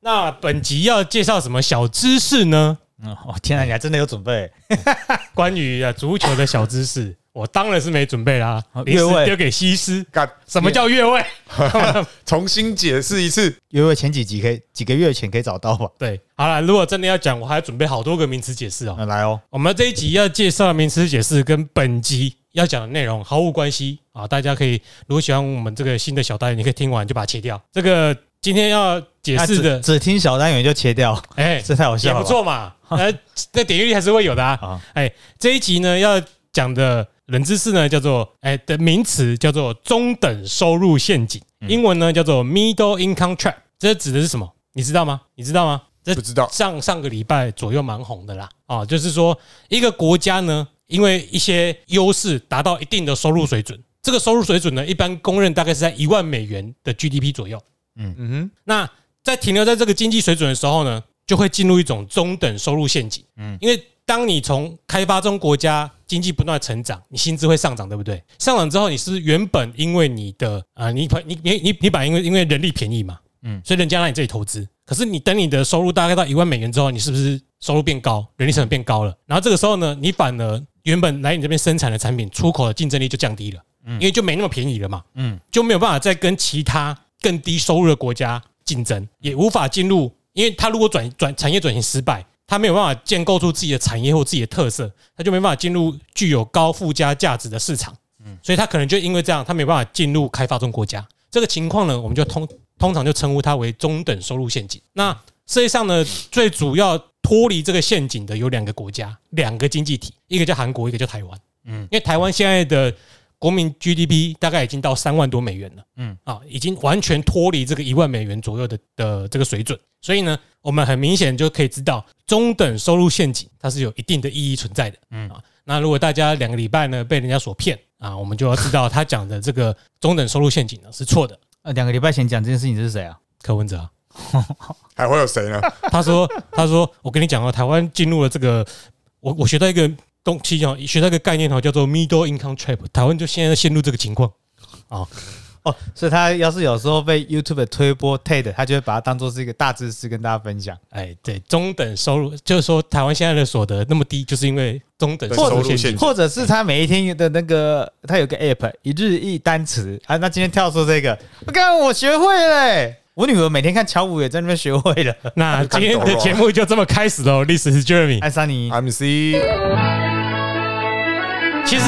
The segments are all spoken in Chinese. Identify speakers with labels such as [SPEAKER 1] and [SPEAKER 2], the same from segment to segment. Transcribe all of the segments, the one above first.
[SPEAKER 1] 那本集要介绍什么小知识呢？
[SPEAKER 2] 嗯，哦，天啊，你还真的有准备，
[SPEAKER 1] 关于啊足球的小知识，我当然是没准备啦
[SPEAKER 2] 好，
[SPEAKER 1] 临时
[SPEAKER 2] 越位
[SPEAKER 1] 丢给西施。
[SPEAKER 3] 干
[SPEAKER 1] 什么叫越位？
[SPEAKER 3] 重新解释一次？
[SPEAKER 2] 因为前几集可以几个月前可以找到吧？
[SPEAKER 1] 对，好了，如果真的要讲，我还准备好多个名词解释哦。
[SPEAKER 2] 嗯，来哦，
[SPEAKER 1] 我们这一集要介绍的名词解释跟本集要讲的内容毫无关系啊！大家可以如果喜欢我们这个新的小单元，你可以听完就把它切掉。这个今天要解
[SPEAKER 2] 啊
[SPEAKER 1] 释的
[SPEAKER 2] 只，只听小单元就切掉，
[SPEAKER 1] 哎，
[SPEAKER 2] 这太好
[SPEAKER 1] 也
[SPEAKER 2] 笑了
[SPEAKER 1] 不
[SPEAKER 2] 吧。
[SPEAKER 1] 错嘛，呃，那点阅率还是会有的啊。
[SPEAKER 2] 啊，
[SPEAKER 1] 这一集呢要讲的冷知识呢，叫做哎的名词叫做中等收入陷阱，
[SPEAKER 3] 嗯
[SPEAKER 1] 英文呢叫做 middle income trap。这指的是什么？你知道吗？你知道吗？这
[SPEAKER 3] 不知道
[SPEAKER 1] 上上个礼拜左右蛮红的啦。啊，就是说一个国家呢，因为一些优势达到一定的收入水准，这个收入水准呢，一般公认大概是在一万美元的 GDP 左右。
[SPEAKER 3] 嗯
[SPEAKER 1] 那在停留在这个经济水准的时候呢，就会进入一种中等收入陷阱。嗯，因为当你从开发中国家经济不断地成长，你薪资会上涨，对不对？上涨之后，你是不是原本因为你的啊、呃你你你你你把因为因为人力便宜嘛，嗯，所以人家让你这里投资。可是你等你的收入大概到一万美元之后，你是不是收入变高，人力成本变高了？然后这个时候呢，你反而原本来你这边生产的产品出口的竞争力就降低了，因为就没那么便宜了嘛。就没有办法再跟其他更低收入的国家竞争，也无法进入，因为他如果转转产业转型失败，他没有办法建构出自己的产业或自己的特色，他就没办法进入具有高附加价值的市场。所以他可能就因为这样，他没办法进入开发中国家。这个情况呢，我们就通通常就称呼它为中等收入陷阱。那世界上呢，最主要脱离这个陷阱的有两个国家，两个经济体，一个叫韩国，一个叫台湾。嗯，因为台湾现在的国民 GDP 大概已经到三万多美元了，嗯啊，已经完全脱离这个一万美元左右的的这个水准，所以呢，我们很明显就可以知道中等收入陷阱它是有一定的意义存在的，嗯啊，那如果大家两个礼拜呢被人家所骗啊，我们就要知道他讲的这个中等收入陷阱呢是错的。
[SPEAKER 2] 呃，两个礼拜前讲这件事情的是谁啊？
[SPEAKER 1] 柯文哲啊、
[SPEAKER 3] 哼，还会有 谁呢？
[SPEAKER 1] 他说他说我跟你讲哦，台湾进入了这个，我我学到一个东西哦，学到一个概念哦，叫做 middle income trap，台湾就现在陷入这个情况。
[SPEAKER 2] 哦，所以他要是有时候被 YouTube 推播 TED，他就会把它当做是一个大知识跟大家分享，
[SPEAKER 1] 哎，对，中等收入就是说台湾现在的所得那么低，就是因为中等
[SPEAKER 3] 对
[SPEAKER 1] 收入
[SPEAKER 3] 收入
[SPEAKER 1] 陷
[SPEAKER 3] 陷
[SPEAKER 1] 阱
[SPEAKER 3] 阱。
[SPEAKER 2] 或者是他每一天的那个他有个 App 一日一单词啊，那今天跳出这个，我看我学会了欸，我女儿每天看乔五也在那边学会了。
[SPEAKER 1] 那今天的节目就这么开始喽。历 史是 Jeremy，
[SPEAKER 2] 艾莎尼，
[SPEAKER 3] MC
[SPEAKER 1] 其实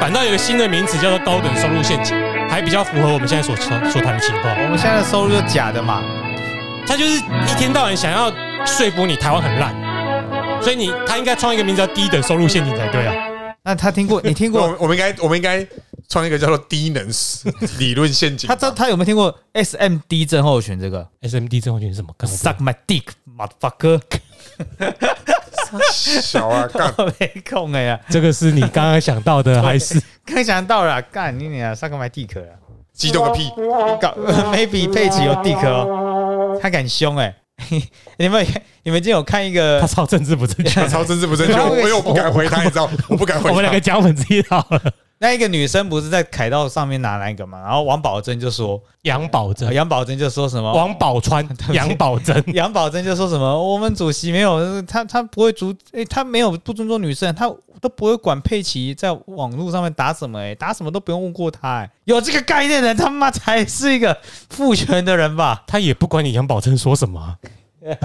[SPEAKER 1] 反倒有个新的名词叫做高等收入陷阱，还比较符合我们现在所所所谈的情况。
[SPEAKER 2] 我们现在的收入就假的嘛，
[SPEAKER 1] 他就是一天到晚想要说服你台湾很烂，所以你他应该创一个名字叫低等收入陷阱才对啊。
[SPEAKER 2] 那他听过你听
[SPEAKER 3] 那我
[SPEAKER 2] 过
[SPEAKER 3] 们我们应该我们应该创一个叫做低能 理论陷阱
[SPEAKER 2] 他
[SPEAKER 3] 吧。
[SPEAKER 2] 知道他有没有听过 SMD 症候群这个
[SPEAKER 1] SMD 这种群是什么？干我不知道
[SPEAKER 2] Suck my dick motherfucker，
[SPEAKER 3] 小啊，干
[SPEAKER 2] 我 没空哎呀，
[SPEAKER 1] 这个是你刚刚想到的还是？
[SPEAKER 2] 刚想到了，干你娘 Suck my dick 啊，
[SPEAKER 3] 激动个屁！
[SPEAKER 2] 搞 maybe 佩奇有 dick 哦，他敢凶哎， 你们你们今天有看一
[SPEAKER 1] 他
[SPEAKER 2] 个
[SPEAKER 1] 超政治不正确
[SPEAKER 3] 他。超政治不正确，
[SPEAKER 2] 他
[SPEAKER 3] 我
[SPEAKER 2] 会
[SPEAKER 3] 又不敢回他，你知道，我不敢回
[SPEAKER 1] 我们两
[SPEAKER 3] 他
[SPEAKER 1] 个。讲我们自己好了。
[SPEAKER 2] 那一个女生不是在凯道上面拿那一个嘛，然后王宝珍就说，
[SPEAKER 1] 杨宝珍，
[SPEAKER 2] 杨宝珍就说什么
[SPEAKER 1] 王宝 钏，杨宝珍，
[SPEAKER 2] 杨宝珍就说什么，我们主席没有他，他不会主，诶、他没有不尊重女生，他都不会管佩奇在网络上面打什么、诶，打什么都不用问过他、诶， 有这个概念的他妈才是一个父权的人吧？
[SPEAKER 1] 他也不管你杨宝珍说什么啊、
[SPEAKER 2] 嗯、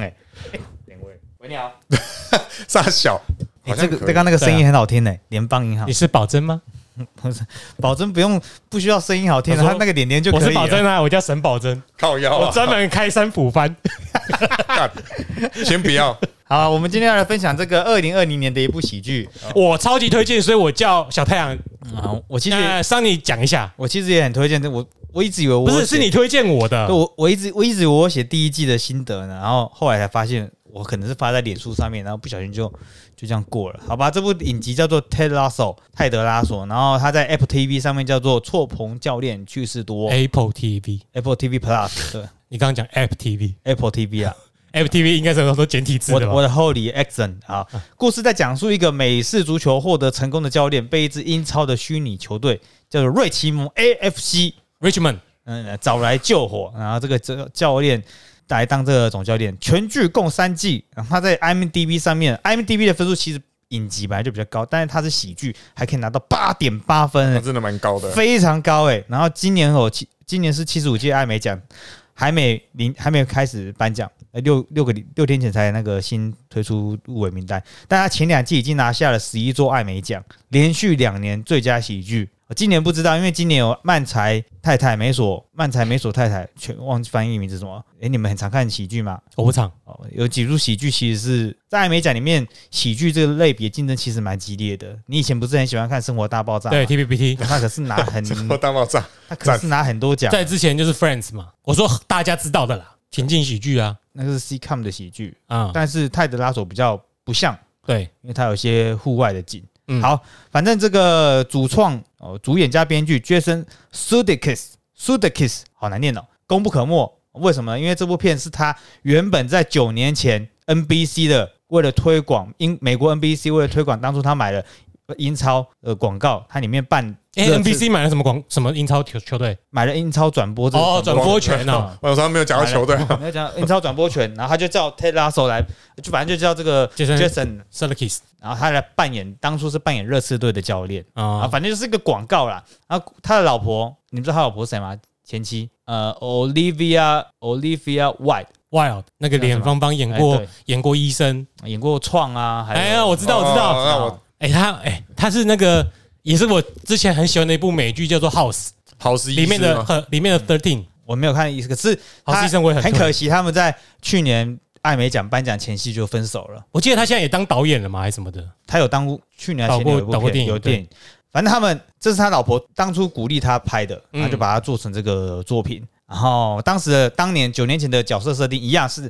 [SPEAKER 2] 诶，两位，喂你好，
[SPEAKER 3] 傻小，
[SPEAKER 2] 诶
[SPEAKER 1] 哎
[SPEAKER 3] 好
[SPEAKER 2] 这
[SPEAKER 3] 像
[SPEAKER 2] 个
[SPEAKER 3] 可以
[SPEAKER 2] 刚刚那个声音很好听呢、诶联邦银行
[SPEAKER 1] 你，是宝珍吗？
[SPEAKER 2] 啊保证不用不需要声音好听的，
[SPEAKER 1] 我
[SPEAKER 2] 他
[SPEAKER 1] 说
[SPEAKER 2] 那个脸脸就
[SPEAKER 1] 我
[SPEAKER 2] 可
[SPEAKER 1] 是
[SPEAKER 2] 以哦
[SPEAKER 1] 宝
[SPEAKER 2] 了。
[SPEAKER 1] 珍啊，我叫沈宝珍，
[SPEAKER 3] 靠腰
[SPEAKER 1] 我
[SPEAKER 3] 啊！
[SPEAKER 1] 专门开山斧翻。
[SPEAKER 3] 干，先不 要，
[SPEAKER 2] 好啊，我们今天要来分享这个二零二零年的一部喜剧
[SPEAKER 1] 我超级推荐，所以我叫小太阳。
[SPEAKER 2] 啊、我其实
[SPEAKER 1] 那桑尼讲一下，
[SPEAKER 2] 我其实也很推荐，这我我一直以为我
[SPEAKER 1] 不是
[SPEAKER 2] 写
[SPEAKER 1] 是你推荐我的
[SPEAKER 2] 对，我我一直我一直以为我写第一季的心得呢，然后后来才发现我可能是发在脸书上面，然后不小心就就这样过了，好吧？这部影集叫做《Ted Lasso》泰德拉索，然后它在 Apple TV 上面叫做《错棚教练趣事多》
[SPEAKER 1] Apple TV。
[SPEAKER 2] Apple TV Plus 对
[SPEAKER 1] 你刚刚讲 App TV，App
[SPEAKER 2] Apple TV 啊，
[SPEAKER 1] TV 应该 是说简体字
[SPEAKER 2] 我
[SPEAKER 1] 的
[SPEAKER 2] 的我
[SPEAKER 1] 吧？
[SPEAKER 2] 的 Holy Accent 啊，故事在讲述一个美式足球获得成功的教练被一支英超的虚拟球队叫做瑞奇蒙 AFC。
[SPEAKER 1] Richmond
[SPEAKER 2] 嗯，找来救火，然后这个这个教练来当这个总教练，全剧共三季。然后他在 IMDB 上面，IMDB 的分数其实影集本来就比较高，但是他是喜剧，还可以拿到八点八分、
[SPEAKER 1] 哎
[SPEAKER 3] 那真的蛮高的。
[SPEAKER 2] 非常高哎、然后今年有七，今年是七十五届艾美奖，还没领，还没有开始颁奖，呃六六个礼六天前才那个新推出入围名单，但他前两季已经拿下了十一座艾美奖，连续两年最佳喜剧。呃今年不知道，因为今年有漫才太太美索，漫才美索太太，全忘记翻译名字是什么。诶，你们很常看喜剧吗？
[SPEAKER 1] 我不唱，
[SPEAKER 2] 哦，有几出喜剧其实是在艾美奖里面，喜剧这个类别竞争其实蛮激烈的。你以前不是很喜欢看《生活大爆炸》吗？
[SPEAKER 1] 对 T P P T，
[SPEAKER 2] 他可是拿 很，
[SPEAKER 3] 我大爆炸，
[SPEAKER 2] 他可是拿很多奖，
[SPEAKER 1] 在之前就是 Friends 嘛，我说大家知道的啦，情境喜剧啊，
[SPEAKER 2] 那个是 CCOM 的喜剧，
[SPEAKER 1] 啊，
[SPEAKER 2] 但是泰德拉索比较不像，
[SPEAKER 1] 对，
[SPEAKER 2] 因为他有一些户外的景。
[SPEAKER 1] 嗯
[SPEAKER 2] 好，反正这个主创哦，主演加编剧 Jason Sudeikis Sudeikis 好难念哦，功不可没。为什么呢？因为这部片是他原本在九年前 NBC 的，为了推广英美国 NBC 为了推广当初他买了英超呃广告，它里面办
[SPEAKER 1] 哎
[SPEAKER 2] 热刺
[SPEAKER 1] ，NBC 买了什么广什么英超球球队？
[SPEAKER 2] 买了英超转播这个
[SPEAKER 1] 哦，
[SPEAKER 2] 广告啊
[SPEAKER 1] 转播权哦，
[SPEAKER 3] 我说他没有讲到 球队，啊
[SPEAKER 2] 没有讲英超转播权，然后他就叫 Ted Lasso 来，就反正就叫这个
[SPEAKER 1] Jason-
[SPEAKER 2] Jason，
[SPEAKER 1] s e l k i s
[SPEAKER 2] 然后他来扮演，当初是扮演热刺队的教练啊，
[SPEAKER 1] 啊，
[SPEAKER 2] 反正就是一个广告啦。然后他的老婆，你们知道他老婆是谁吗？前妻，呃，Olivia Olivia White
[SPEAKER 1] Wild 那个
[SPEAKER 2] 叫什
[SPEAKER 1] 脸
[SPEAKER 2] 么
[SPEAKER 1] 芳芳演
[SPEAKER 2] 哎
[SPEAKER 1] 过
[SPEAKER 2] 对
[SPEAKER 1] 演过医生，
[SPEAKER 2] 演过《创》啊，还有
[SPEAKER 1] 哎呀，我知道我知
[SPEAKER 3] 哦
[SPEAKER 1] 道，
[SPEAKER 3] 那我
[SPEAKER 1] 哎，他哎他是那个也是我之前很喜欢的一部美剧叫做 House
[SPEAKER 3] 好是
[SPEAKER 1] 里面的
[SPEAKER 3] 啊
[SPEAKER 1] 和里面的 Thirteen，
[SPEAKER 2] 我没有看意思，可是
[SPEAKER 1] 好
[SPEAKER 2] 他
[SPEAKER 1] 是医生我也很
[SPEAKER 2] 很
[SPEAKER 1] 推
[SPEAKER 2] 可惜，他们在去年艾美奖颁奖前夕就分手了。
[SPEAKER 1] 我记得他现在也当导演了嘛，还是什么的，
[SPEAKER 2] 他有当过去年还是前年有一部
[SPEAKER 1] 导过导过电
[SPEAKER 2] 片
[SPEAKER 1] 影
[SPEAKER 2] 有电影，反正他们这是他老婆当初鼓励他拍的，
[SPEAKER 1] 嗯
[SPEAKER 2] 他就把它做成这个作品。然后当时的当年九年前的角色设定一样是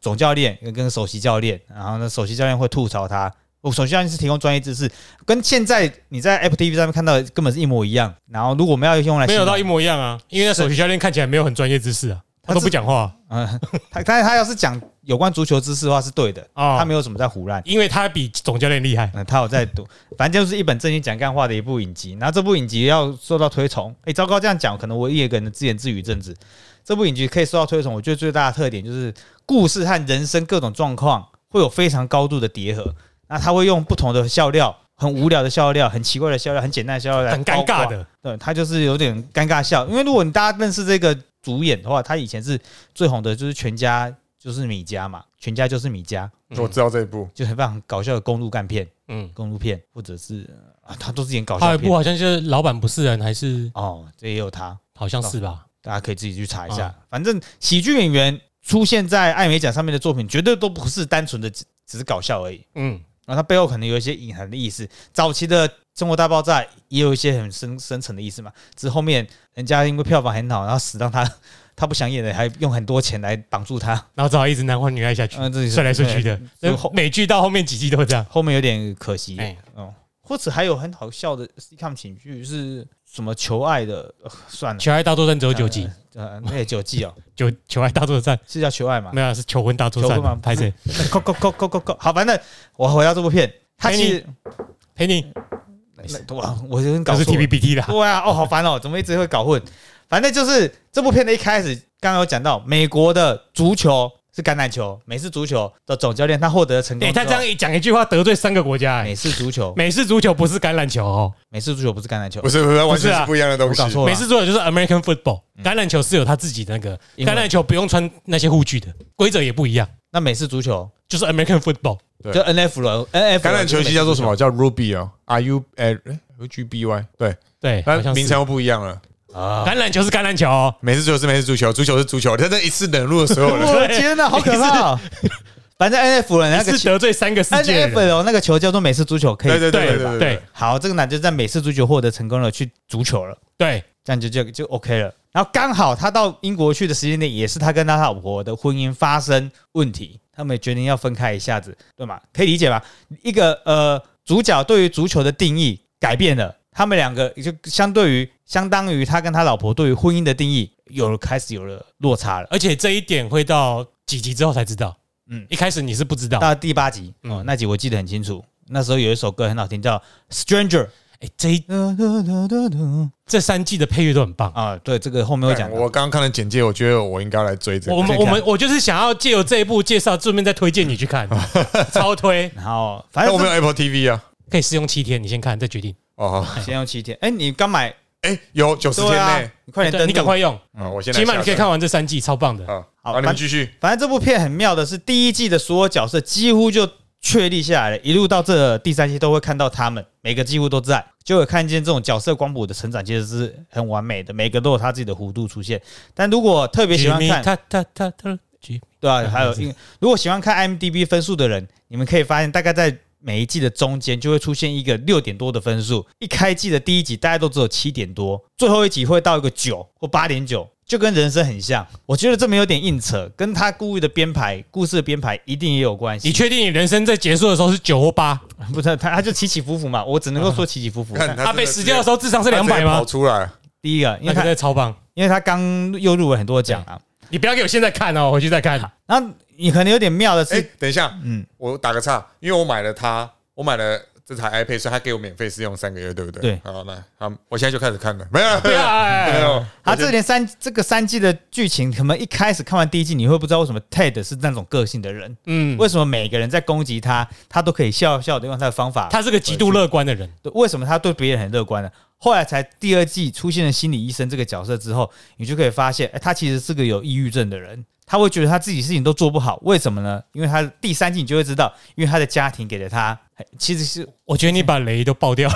[SPEAKER 2] 总教练跟首席教练，然后呢首席教练会吐槽他。我首席教练是提供专业知识，跟现在你在 Apple TV 上面看到的根本是一模一样。然后如果我们要用来
[SPEAKER 1] 没有
[SPEAKER 2] 形容
[SPEAKER 1] 到一模一样啊，因为那首席教练看起来没有很专业知识啊，他都不讲话
[SPEAKER 2] 嗯，他他他要是讲有关足球知识的话是对的，
[SPEAKER 1] 啊，
[SPEAKER 2] 他
[SPEAKER 1] 哦
[SPEAKER 2] 没有什么在胡乱。
[SPEAKER 1] 因为他比总教练厉害，
[SPEAKER 2] 嗯，他有在读，反正就是一本正经讲干话的一部影集。然后这部影集要受到推崇，哎、糟糕，这样讲可能我一个人的自言自语一阵子。这部影集可以受到推崇，我觉得最大的特点就是故事和人生各种状况会有非常高度的叠合。那他会用不同的笑料，很无聊的笑料，很奇怪的笑料，很简单的笑料来
[SPEAKER 1] 很尴
[SPEAKER 2] 包
[SPEAKER 1] 尬
[SPEAKER 2] 括
[SPEAKER 1] 的，
[SPEAKER 2] 对他就是有点尴尬笑，因为如果你大家认识这个主演的话，他以前是最红的就是全家就是米家嘛，全家就是米家，
[SPEAKER 3] 我知道这一部，
[SPEAKER 2] 就很非常搞笑的公路干片。
[SPEAKER 1] 嗯。
[SPEAKER 2] 公路片，或者是啊，他都是演搞
[SPEAKER 1] 还有
[SPEAKER 2] 笑
[SPEAKER 1] 一部
[SPEAKER 2] 片
[SPEAKER 1] 好像就是老板不是人，还是
[SPEAKER 2] 哦，这也有他，
[SPEAKER 1] 好像是吧？
[SPEAKER 2] 大家可以自己去查一
[SPEAKER 1] 啊
[SPEAKER 2] 下。反正喜剧演员出现在艾美奖上面的作品，绝对都不是单纯的只只是搞笑而已，
[SPEAKER 1] 嗯，
[SPEAKER 2] 然后他背后可能有一些隐含的意思。早期的《中国大爆炸》也有一些很深深层的意思嘛，只是后面人家因为票房很好，然后死让他 他不想演的，还用很多钱来绑住他，
[SPEAKER 1] 然后只好一直男欢女爱下去，
[SPEAKER 2] 嗯，这也是
[SPEAKER 1] 睡来睡去的。
[SPEAKER 2] 对
[SPEAKER 1] 那美剧到后面几季都这样。
[SPEAKER 2] 后面有点可惜。
[SPEAKER 1] 哎
[SPEAKER 2] 嗯，或者还有很好笑的 sitcom 情剧是什么求爱的？呃算了，
[SPEAKER 1] 求爱大作战只有九集，
[SPEAKER 2] 呃，那也九季哦，
[SPEAKER 1] 九求爱大作战
[SPEAKER 2] 是叫求爱嘛？
[SPEAKER 1] 没有啊是求婚大作
[SPEAKER 2] 求婚
[SPEAKER 1] 战
[SPEAKER 2] 吗，
[SPEAKER 1] 拍谁？
[SPEAKER 2] 扣扣扣扣扣扣，好，反正我回到这部片，它其实
[SPEAKER 1] 陪你，
[SPEAKER 2] 那哇，我有点搞
[SPEAKER 1] 这是
[SPEAKER 2] 错
[SPEAKER 1] T
[SPEAKER 2] 了
[SPEAKER 1] P P T 啦。
[SPEAKER 2] 对啊，哦，好烦哦，怎么一直会搞混？反正就是这部片的一开始，刚刚有讲到美国的足球是橄榄球，美式足球的总教练他获得了成功
[SPEAKER 1] 哎，
[SPEAKER 2] 之
[SPEAKER 1] 他
[SPEAKER 2] 后，
[SPEAKER 1] 这样一讲一句话得罪三个国家。哎
[SPEAKER 2] 美，式足球，
[SPEAKER 1] 美式足球不是橄榄球哦，
[SPEAKER 2] 美式足球不是橄榄球
[SPEAKER 3] 不，是不是，完
[SPEAKER 1] 不是
[SPEAKER 3] 全
[SPEAKER 1] 啊
[SPEAKER 3] 是不一样的东西
[SPEAKER 2] 我搞。错了嗯
[SPEAKER 1] 美式足球就是 American football，橄榄球是有他自己的那个，
[SPEAKER 2] 英
[SPEAKER 1] 橄
[SPEAKER 2] 文
[SPEAKER 1] 榄球不用穿那些护具的，规则也不一样，
[SPEAKER 2] 那美式足球
[SPEAKER 1] 就是 American football。
[SPEAKER 3] 对
[SPEAKER 2] 就 N F 了，N F
[SPEAKER 3] 橄榄球系叫做什么？叫 Ruby 哦，R U 哎 G B Y 对，
[SPEAKER 1] 对，好
[SPEAKER 3] 但
[SPEAKER 1] 像是
[SPEAKER 3] 名称又不一样了。
[SPEAKER 2] 啊？
[SPEAKER 1] 橄榄球是橄榄球哦，
[SPEAKER 3] 美式足球是美式足球，足球是足球，他这一次冷落了所有 人。
[SPEAKER 2] 我的天哪，好可怕哦！ 反正 N F 了那个
[SPEAKER 1] 是得罪三个世
[SPEAKER 2] N
[SPEAKER 1] 界的
[SPEAKER 2] F
[SPEAKER 1] 人。
[SPEAKER 2] 了那个球叫做美式足球，可以
[SPEAKER 3] 对对对
[SPEAKER 1] 对
[SPEAKER 3] 对
[SPEAKER 1] 对
[SPEAKER 3] 对，
[SPEAKER 2] 好，这个男就在美式足球获得成功了，去足球了，
[SPEAKER 1] 对，
[SPEAKER 2] 这样就就就 OK 了。然后刚好他到英国去的时间点，也是他跟他老婆的婚姻发生问题，他们决定要分开一下子，对吗？可以理解吧？一个呃，主角对于足球的定义改变了，他们两个就相对于相当于他跟他老婆对于婚姻的定义有了开始有了落差了。
[SPEAKER 1] 而且这一点会到几集之后才知道。
[SPEAKER 2] 嗯
[SPEAKER 1] 嗯，一开始你是不知道。
[SPEAKER 2] 到第八集，哦，那集我记得很清楚，那时候有一首歌很好听，叫《Stranger》，
[SPEAKER 1] 哎，这一这三季的配乐都很棒。
[SPEAKER 2] 啊，对，这个后面会讲到。
[SPEAKER 3] 我刚刚看了简介，我觉得我应该来追这
[SPEAKER 1] 我
[SPEAKER 3] 个。
[SPEAKER 1] 们我们我就是想要借由这一部介绍，顺便再推荐你去看，超推，
[SPEAKER 2] 然后反
[SPEAKER 3] 哎，
[SPEAKER 2] 正
[SPEAKER 3] 我
[SPEAKER 2] 这
[SPEAKER 3] 们有 Apple TV 啊。
[SPEAKER 1] 可以试用七天，你先看再决定。
[SPEAKER 3] 哦，
[SPEAKER 2] 先用七天。哎，你刚买
[SPEAKER 3] 哎，有九十天
[SPEAKER 2] 对
[SPEAKER 3] 内
[SPEAKER 2] 啊，，你快点
[SPEAKER 1] 哎对
[SPEAKER 2] 登，
[SPEAKER 1] 你赶。快用，
[SPEAKER 3] 啊，我先来
[SPEAKER 1] 起
[SPEAKER 3] 下载。
[SPEAKER 1] 码你可以看完这三季，超棒的。
[SPEAKER 3] 啊。
[SPEAKER 2] 好
[SPEAKER 3] 好，你
[SPEAKER 2] 反
[SPEAKER 3] 们继续。
[SPEAKER 2] 反正这部片很妙的是，第一季的所有角色几乎就确立下来了，一路到这第三季都会看到他们，每个几乎都在，就有看见这种角色光谱的成长，其实是很完美的，每个都有他自己的弧度出现。但如果特别喜欢
[SPEAKER 1] Jimmy，
[SPEAKER 2] 看，
[SPEAKER 1] 他他他他，Jimmy
[SPEAKER 2] 对啊，还有因为如果喜欢看 IMDB 分数的人，你们可以发现，大概在每一季的中间就会出现一个六点多的分数，一开季的第一集大概都只有七点多，最后一集会到一个九或八点九，就跟人生很像。我觉得这么有点硬扯，跟他故意的编排、故事的编排一定也有关
[SPEAKER 1] 你
[SPEAKER 2] 系。
[SPEAKER 1] 确定你人生在结束的时候是九或八？
[SPEAKER 2] 不是他，他就起起伏伏嘛，我只能够说起起伏伏。
[SPEAKER 3] 看
[SPEAKER 1] 他被死
[SPEAKER 3] 死
[SPEAKER 1] 掉的时候智商是两百
[SPEAKER 3] 跑
[SPEAKER 1] 吗？
[SPEAKER 3] 出来，
[SPEAKER 2] 第一个，因
[SPEAKER 1] 那个
[SPEAKER 2] 为他
[SPEAKER 1] 真的超棒！
[SPEAKER 2] 因为他刚又入围很多奖啊，
[SPEAKER 1] 你不要给我现在看哦，回去再看。
[SPEAKER 2] 然后你可能有点妙的
[SPEAKER 3] 哎
[SPEAKER 2] 是，，
[SPEAKER 3] 等一下，
[SPEAKER 2] 嗯，
[SPEAKER 3] 我打个岔，因为我买了它，我买了这台 iPad，所以它给我免费试用三个月，对不对？
[SPEAKER 2] 对
[SPEAKER 3] 好，那好，我现在就开始看了，没有，没
[SPEAKER 1] 对
[SPEAKER 3] 有，没
[SPEAKER 1] 啊，
[SPEAKER 3] 有，
[SPEAKER 2] 哎他这连三这个三季的剧情，可能一开始看完第一季，你会不知道为什么 Ted 是那种个性的人，
[SPEAKER 1] 嗯，
[SPEAKER 2] 为什么每个人在攻击他，他都可以笑笑的用他的方法，
[SPEAKER 1] 他是个极度乐观的人，
[SPEAKER 2] 对为什么他对别人很乐观呢？后来才第二季出现了心理医生这个角色之后，你就可以发现，哎、他其实是个有抑郁症的人，他会觉得他自己事情都做不好，为什么呢？因为他第三季你就会知道，因为他的家庭给了他，哎其实是
[SPEAKER 1] 我觉得你把雷都爆掉，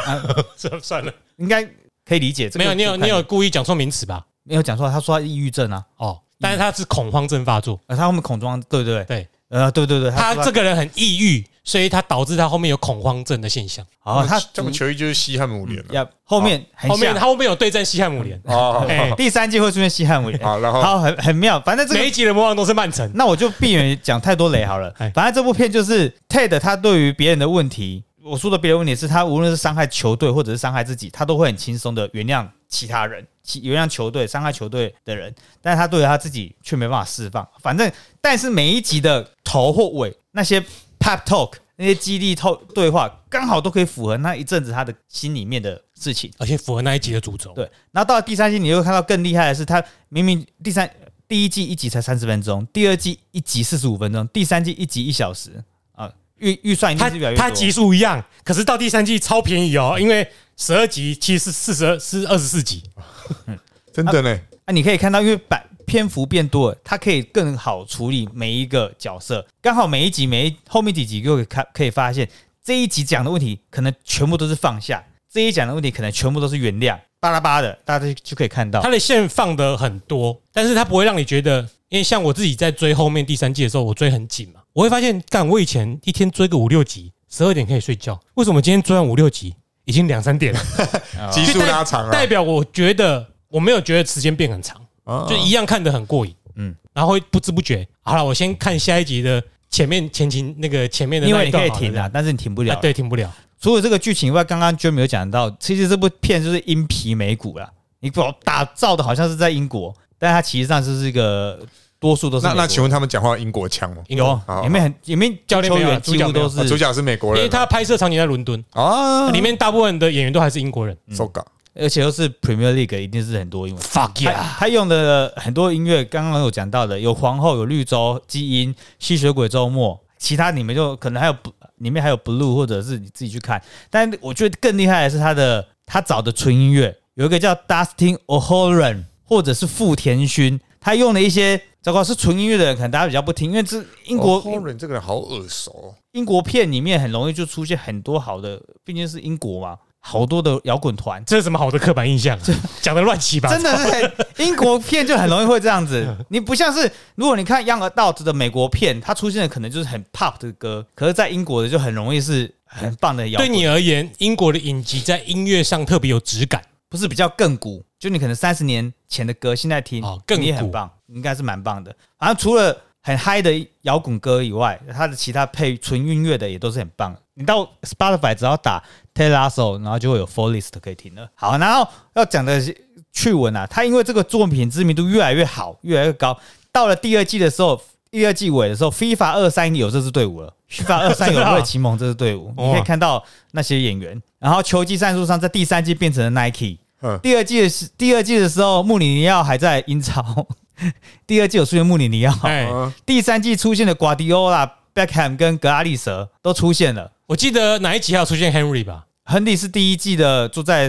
[SPEAKER 1] 算算了。
[SPEAKER 2] 应该可以理解。这个
[SPEAKER 1] 没有，你有
[SPEAKER 2] 主
[SPEAKER 1] 你
[SPEAKER 2] 看
[SPEAKER 1] 有故意讲错名词吧？
[SPEAKER 2] 没有讲错，他说他抑郁症啊，
[SPEAKER 1] 哦，但是他是恐慌症发作，
[SPEAKER 2] 呃，他后面恐装，对对对，
[SPEAKER 1] 对
[SPEAKER 2] 呃，对对对，
[SPEAKER 1] 他
[SPEAKER 2] 说
[SPEAKER 1] 这个人很抑郁，所以他导致他后面有恐慌症的现象。
[SPEAKER 2] 哦，他
[SPEAKER 3] 这么球衣就是西汉姆联了。
[SPEAKER 2] 呀，后面很
[SPEAKER 1] 后面他
[SPEAKER 2] 像
[SPEAKER 1] 后面有对战西汉姆联，
[SPEAKER 3] 哦，
[SPEAKER 1] 哎，
[SPEAKER 2] 第三季会出现西汉姆联，
[SPEAKER 3] 好，然后
[SPEAKER 2] 好，很很妙。反正这
[SPEAKER 1] 每
[SPEAKER 2] 个，
[SPEAKER 1] 一集的魔王都是曼城，
[SPEAKER 2] 那我就避免讲太多雷好了
[SPEAKER 1] 哎。
[SPEAKER 2] 反正这部片就是 Ted 他对于别人的问题，我说的别人问题是他无论是伤害球队或者是伤害自己，他都会很轻松的原谅其他人，其原谅球队伤害球队的人，但是他对于他自己却没办法释放。反正，但是每一集的头或尾那些 pep talk 那些激励透对话，刚好都可以符合那一阵子他的心里面的事情。
[SPEAKER 1] 而且符合那一集的主轴。
[SPEAKER 2] 对，然后到了第三季，你就会看到更厉害的是，他明明第三第一季一集才三十分钟，第二季一集四十五分钟，第三季一集一小时啊，预预算一定
[SPEAKER 1] 他
[SPEAKER 2] 是越来越
[SPEAKER 1] 他
[SPEAKER 2] 多
[SPEAKER 1] 集数一样，可是到第三季超便宜哦，因为十二集其实是四十二是二十四集，
[SPEAKER 3] 真的呢，
[SPEAKER 2] 啊，你可以看到，因为版篇幅变多了，它可以更好处理每一个角色。刚好每一集每一后面几集就可以看可以发现，这一集讲的问题可能全部都是放下，这一讲的问题可能全部都是原谅，巴拉巴拉的，大家就就可以看到
[SPEAKER 1] 它。的线放的很多，但是它不会让你觉得，因为像我自己在追后面第三季的时候，我追很紧嘛，我会发现，干我以前一天追个五六集，十二点可以睡觉，为什么今天追完五六集已经两三点了？
[SPEAKER 3] 集数拉
[SPEAKER 2] 啊
[SPEAKER 3] 长啊
[SPEAKER 1] 代
[SPEAKER 3] 了，
[SPEAKER 1] 表我觉得我没有觉得时间变很长，
[SPEAKER 3] 啊
[SPEAKER 1] 就一样看得很过瘾，嗯
[SPEAKER 2] 嗯，
[SPEAKER 1] 然后会不知不觉，好了，我先看下一集的前面前情那个前面的
[SPEAKER 2] 因
[SPEAKER 1] 那
[SPEAKER 2] 为
[SPEAKER 1] 一
[SPEAKER 2] 你可
[SPEAKER 1] 段
[SPEAKER 2] 以
[SPEAKER 1] 好了
[SPEAKER 2] 停啊，但是你停不了
[SPEAKER 1] 啊，对，停不了，
[SPEAKER 2] 除了这个剧情以外，刚刚 j 没有讲到，其实这部片就是英皮美股啦。你把打造的好像是在英国，但它其实上就是一个多数都是
[SPEAKER 3] 哦那
[SPEAKER 2] 美国
[SPEAKER 3] 那请问他们讲话英国腔吗？哦
[SPEAKER 1] 英国
[SPEAKER 2] 有
[SPEAKER 3] 好
[SPEAKER 2] 里面很里面
[SPEAKER 1] 教练
[SPEAKER 2] 球
[SPEAKER 1] 没有啊
[SPEAKER 2] 员几乎都
[SPEAKER 3] 啊主
[SPEAKER 2] 哎是
[SPEAKER 3] 角是美国
[SPEAKER 1] 因
[SPEAKER 3] 人，
[SPEAKER 1] 为它拍摄场景在伦敦，
[SPEAKER 2] 嗯
[SPEAKER 3] 啊，
[SPEAKER 1] 里面大部分的演员都还是英国人
[SPEAKER 3] 手稿
[SPEAKER 2] 而且又是 Premier League，一定是很多英文。
[SPEAKER 1] ，fuck
[SPEAKER 2] 他
[SPEAKER 1] yeah，
[SPEAKER 2] 他用的呃很多音乐，刚刚有讲到的，有皇后，有绿洲基因，吸血鬼周末，其他你们就可能还有里面还有 blue，或者是你自己去看。但我觉得更厉害的是他的他找的纯音乐，有一个叫 Dustin O'Horan 或者是富田勋，他用了一些糟糕是纯音乐的人，可能大家比较不听，因为这英国、
[SPEAKER 3] 哦，Horan 这个人好耳熟哦
[SPEAKER 2] 英国片里面很容易就出现很多好的，毕竟是英国嘛，好多的摇滚团。
[SPEAKER 1] 这是什么好的刻板印象、啊？讲的乱七八糟
[SPEAKER 2] 真。的是 很英国片就很容易会这样子。你不像是如果你看 Young Adult 的美国片，它出现的可能就是很 pop 的歌，可是在英国的就很容易是很棒的摇
[SPEAKER 1] 对
[SPEAKER 2] 滚，
[SPEAKER 1] 你而言，英国的影集在音乐上特别有质感，
[SPEAKER 2] 不是比较亘古，就你可能三十年前的歌现在听，
[SPEAKER 1] 哦亘古
[SPEAKER 2] 你也很棒，应该是蛮棒的。然后除了很嗨的摇滚歌以外，它的其他配纯音乐的也都是很棒的。你到 Spotify 只要打 Taylor s o 然后就会有 Full List 可以听了。好，然后要讲的是趣闻啊，他因为这个作品知名度越来越好，越来越高，到了第二季的时候。第二季尾的时候，FIFA 二三有这支队伍了，FIFA 二三有
[SPEAKER 1] 真的啊
[SPEAKER 2] 瑞奇蒙这支队伍，你可以看到那些演员，然后球季赞助商在第三季变成了 Nike，
[SPEAKER 3] 嗯
[SPEAKER 2] 第二季的时第二季的时候，穆里尼奥还在英超， 第二季有出现穆里尼奥，
[SPEAKER 1] 哎，
[SPEAKER 3] 嗯
[SPEAKER 2] 第三季出现的瓜迪奥拉、贝克汉姆跟格拉利什都出现了。
[SPEAKER 1] 我记得哪一集还有出现 Henry 吧？
[SPEAKER 2] 亨利是第一季的住在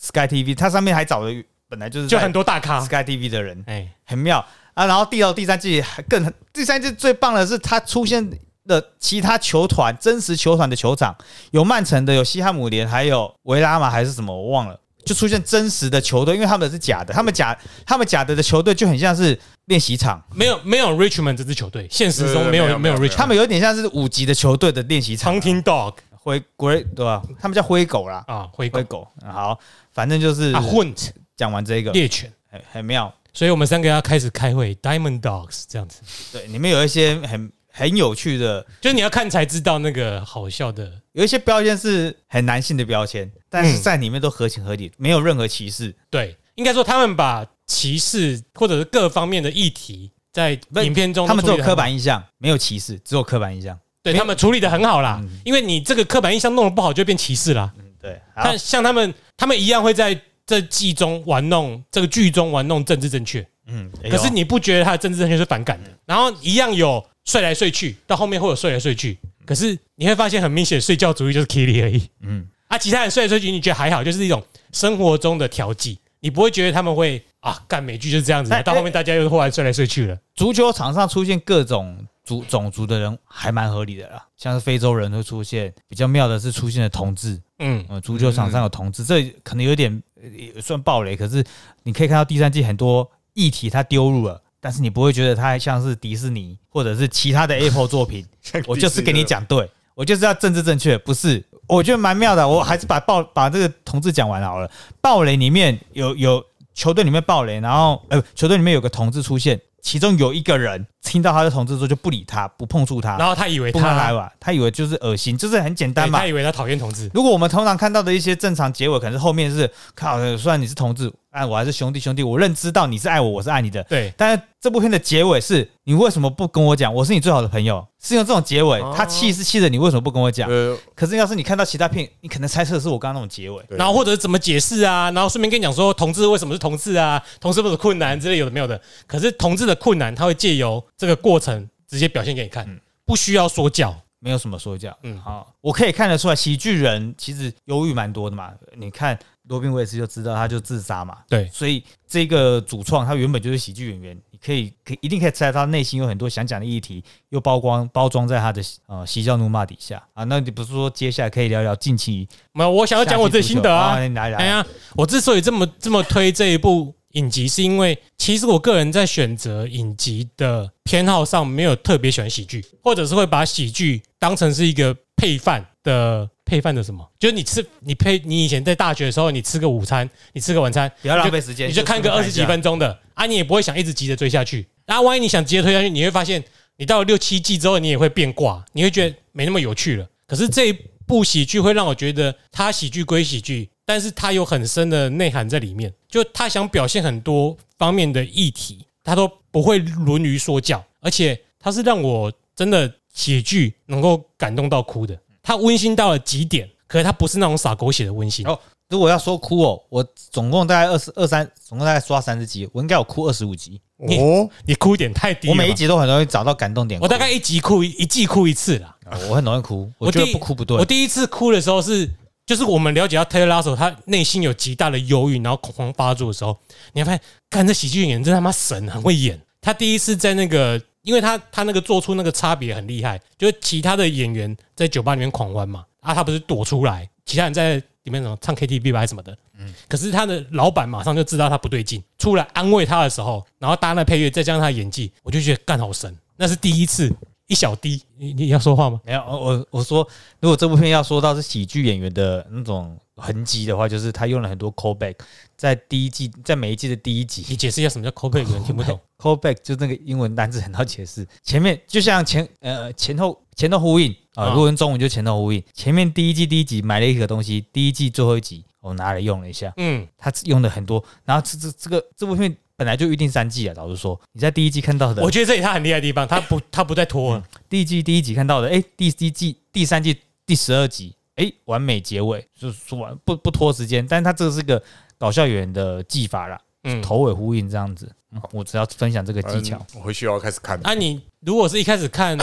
[SPEAKER 2] Sky TV，他上面还找了本来就是
[SPEAKER 1] 就很
[SPEAKER 2] 多
[SPEAKER 1] 多大咖，
[SPEAKER 2] Sky TV 的人，
[SPEAKER 1] 哎，
[SPEAKER 2] 很妙啊。然后第二、第三季还更第三季最棒的是他出现了其他球团真实球团的球场，有曼城的，有西汉姆联，还有维拉嘛还是什么我忘了。就出现真实的球队，因为他们是假的，他们假他们假的的球队就很像是练习场，
[SPEAKER 1] 没有没有 Richmond 这支球队，现实
[SPEAKER 3] 对
[SPEAKER 1] 中
[SPEAKER 3] 对
[SPEAKER 1] 没
[SPEAKER 3] 没
[SPEAKER 1] 有
[SPEAKER 3] 有
[SPEAKER 1] 没有
[SPEAKER 3] 没有
[SPEAKER 1] Richmond，
[SPEAKER 2] 他们有点像是五级的球队的练习场啊，
[SPEAKER 1] Hunting Dog
[SPEAKER 2] 灰 g 对吧？他们叫灰狗啦，
[SPEAKER 1] 啊，灰狗
[SPEAKER 2] 灰狗。好，反正就是
[SPEAKER 1] 啊，Hunt
[SPEAKER 2] 讲完这个，
[SPEAKER 1] 猎犬。
[SPEAKER 2] 很很妙。
[SPEAKER 1] 所以我们三个要开始开会，Diamond Dogs 这样子，
[SPEAKER 2] 对，里面有一些很很有趣的，
[SPEAKER 1] 就是你要看才知道那个好笑的。
[SPEAKER 2] 有一些标签是很男性的标签，但是在里面都合情合理，没有任何歧视。
[SPEAKER 1] 对，应该说他们把歧视或者是各方面的议题在
[SPEAKER 2] 不
[SPEAKER 1] 影片中
[SPEAKER 2] 他们只有
[SPEAKER 1] 处理得很
[SPEAKER 2] 刻
[SPEAKER 1] 好，
[SPEAKER 2] 板印象，没有歧视，只有刻板印象。
[SPEAKER 1] 对他们处理的很好啦。因为你这个刻板印象弄得不好，就会变歧视啦。
[SPEAKER 2] 嗯，对。好
[SPEAKER 1] 但，像他们，他们一样会在这季中玩弄这个剧中玩弄政治正确，
[SPEAKER 2] 嗯，
[SPEAKER 1] 可是
[SPEAKER 2] 哎呦
[SPEAKER 1] 你不觉得他的政治正确是反感的？然后一样有睡来睡去，到后面会有睡来睡去，可是你会发现很明显，睡觉主义就是 Kitty 而已。
[SPEAKER 2] 嗯，
[SPEAKER 1] 啊，其他人睡来睡去，你觉得还好，就是一种生活中的调剂，你不会觉得他们会啊，干美剧就是这样子
[SPEAKER 2] 哎，
[SPEAKER 1] 到后面大家又忽然睡来睡去了。
[SPEAKER 2] 足球场上出现各种族种族的人，还蛮合理的啦。像是非洲人会出现，比较妙的是出现了同志，
[SPEAKER 1] 嗯，
[SPEAKER 2] 呃，足球场上有同志，这可能有点呃也算暴雷，可是你可以看到第三季很多议题它丢入了，但是你不会觉得它像是迪士尼或者是 其他的 Apple 作品，我就是给你，讲对，我就是要政治正确，不是？我觉得蛮妙的，我还是把暴把这个同志讲完好了。暴雷里面有有球队里面暴雷，然后呃球队里面有个同志出现，其中有一个人听到他是同志之后就不理他，不碰触他，
[SPEAKER 1] 然后他以为
[SPEAKER 2] 不跟他来
[SPEAKER 1] 他，
[SPEAKER 2] 往，他以为就是恶心，就是很简单
[SPEAKER 1] 对
[SPEAKER 2] 嘛
[SPEAKER 1] 他。以为他讨厌同 志，
[SPEAKER 2] 如果我们通常看到的一些正常结尾，可能是后面是靠，虽然你是同志，哎，我还是兄弟兄弟，我认知到你是爱我，我是爱你的。
[SPEAKER 1] 对，
[SPEAKER 2] 但是这部片的结尾是你为什么不跟我讲？我是你最好的朋友，是用这种结尾
[SPEAKER 3] 哦，
[SPEAKER 2] 他气是气着你为什么不跟我讲？
[SPEAKER 3] 呃，
[SPEAKER 2] 可是要是你看到其他片，你可能猜测是我刚刚那种结尾。
[SPEAKER 3] 对
[SPEAKER 1] 然后或者是怎么解释啊，然后顺便跟你讲说同志为什么是同志啊，同志不是困难之类有的没有的。可是同志的困难，他会借由这个过程直接表现给你
[SPEAKER 2] 嗯
[SPEAKER 1] 看，不需要说教。
[SPEAKER 2] 没有什么说教。嗯，
[SPEAKER 1] 嗯
[SPEAKER 2] 好，我可以看得出来，喜剧人其实忧郁蛮多的嘛。你看罗宾威尔斯就知道，他就自杀嘛。
[SPEAKER 1] 对
[SPEAKER 2] 所以这个主创他原本就是喜剧演员，你可以可以一定可以猜到他内心有很多想讲的议题，又包光包装在他的呃嬉笑怒骂底下啊。那你不是说接下来可以聊聊近期？
[SPEAKER 1] 没有，我想要讲我自己心得啊。
[SPEAKER 2] 你来来，
[SPEAKER 1] 哎呀，我之所以这么这么推这一部影集，是因为其实我个人在选择影集的偏好上，没有特别喜欢喜剧，或者是会把喜剧当成是一个配饭的配饭的什么，就是你吃你配你以前在大学的时候，你吃个午餐，你吃个晚餐，
[SPEAKER 2] 不要浪费时间，
[SPEAKER 1] 你就看个二十几分钟的啊，你也不会想一直急着追下去。啊，万一你想急着追下去，你会发现你到了六七季之后，你也会变卦，你会觉得没那么有趣了。可是这一部喜剧会让我觉得，它喜剧归喜剧，但是它有很深的内涵在里面，就它想表现很多方面的议题，它都不会沦于说教，而且它是让我真的喜剧能够感动到哭的，它温馨到了极点。可是它不是那种洒狗血的温馨，
[SPEAKER 2] 哦如果要说哭哦，我总共大概二十二三，总共大概刷三十集，我应该有哭二十五集。
[SPEAKER 1] 你
[SPEAKER 3] 哦，
[SPEAKER 1] 你哭点太低了
[SPEAKER 2] 我
[SPEAKER 1] 吧。
[SPEAKER 2] 每一集都很容易找到感动点哭。
[SPEAKER 1] 我大概一集哭一一季哭一次啦。
[SPEAKER 2] 我很容易哭，我觉得
[SPEAKER 1] 第
[SPEAKER 2] 不哭不对
[SPEAKER 1] 我。第一次哭的时候是，就是我们了解到 Taylor Lasso 他内心有极大的忧郁，然后恐慌发作的时候，你会发现，看这喜剧演员真他妈神，很会演。他第一次在那个，因为他他那个做出那个差别很厉害，就是其他的演员在酒吧里面狂欢嘛，啊，他不是躲出来，其他人在里面什么唱 KTV 吧还是什么的，
[SPEAKER 2] 嗯
[SPEAKER 1] 可是他的老板马上就知道他不对劲，出来安慰他的时候，然后搭那配乐，再加上他的演技，我就觉得干好神，那是第一次。一小滴，你你要说话吗？
[SPEAKER 2] 没有，我我我说，如果这部片要说到是喜剧演员的那种痕迹的话，就是他用了很多 callback，在第一季，在每一季的第一
[SPEAKER 1] 你
[SPEAKER 2] 集
[SPEAKER 1] 解释一下什么叫 copy，有人听不懂。
[SPEAKER 2] ，callback 就是那个英文单字很好解释，前面就像前呃前后前后呼应啊，
[SPEAKER 1] 啊
[SPEAKER 2] 如果用中文就前后呼应，前面第一季第一集买了一个东西，第一季最后一集我拿来用了一下，
[SPEAKER 1] 嗯，
[SPEAKER 2] 他用的很多，然后这这这个这部片本来就预定三季啊，老实说，你在第一季看到的
[SPEAKER 1] 我，觉得这里他很厉害的地方，他不他不再拖了。
[SPEAKER 2] 第一季第一集看到的，哎、第一季第三季第十二集哎，完美结尾，就是说完不不拖时间，但是它这个是个搞笑演员的技法啦，
[SPEAKER 1] 嗯，
[SPEAKER 2] 头尾呼应这样子。嗯我只要分享这个技巧
[SPEAKER 3] 嗯，我回去要开始看。
[SPEAKER 1] 啊，你如果是一开始看，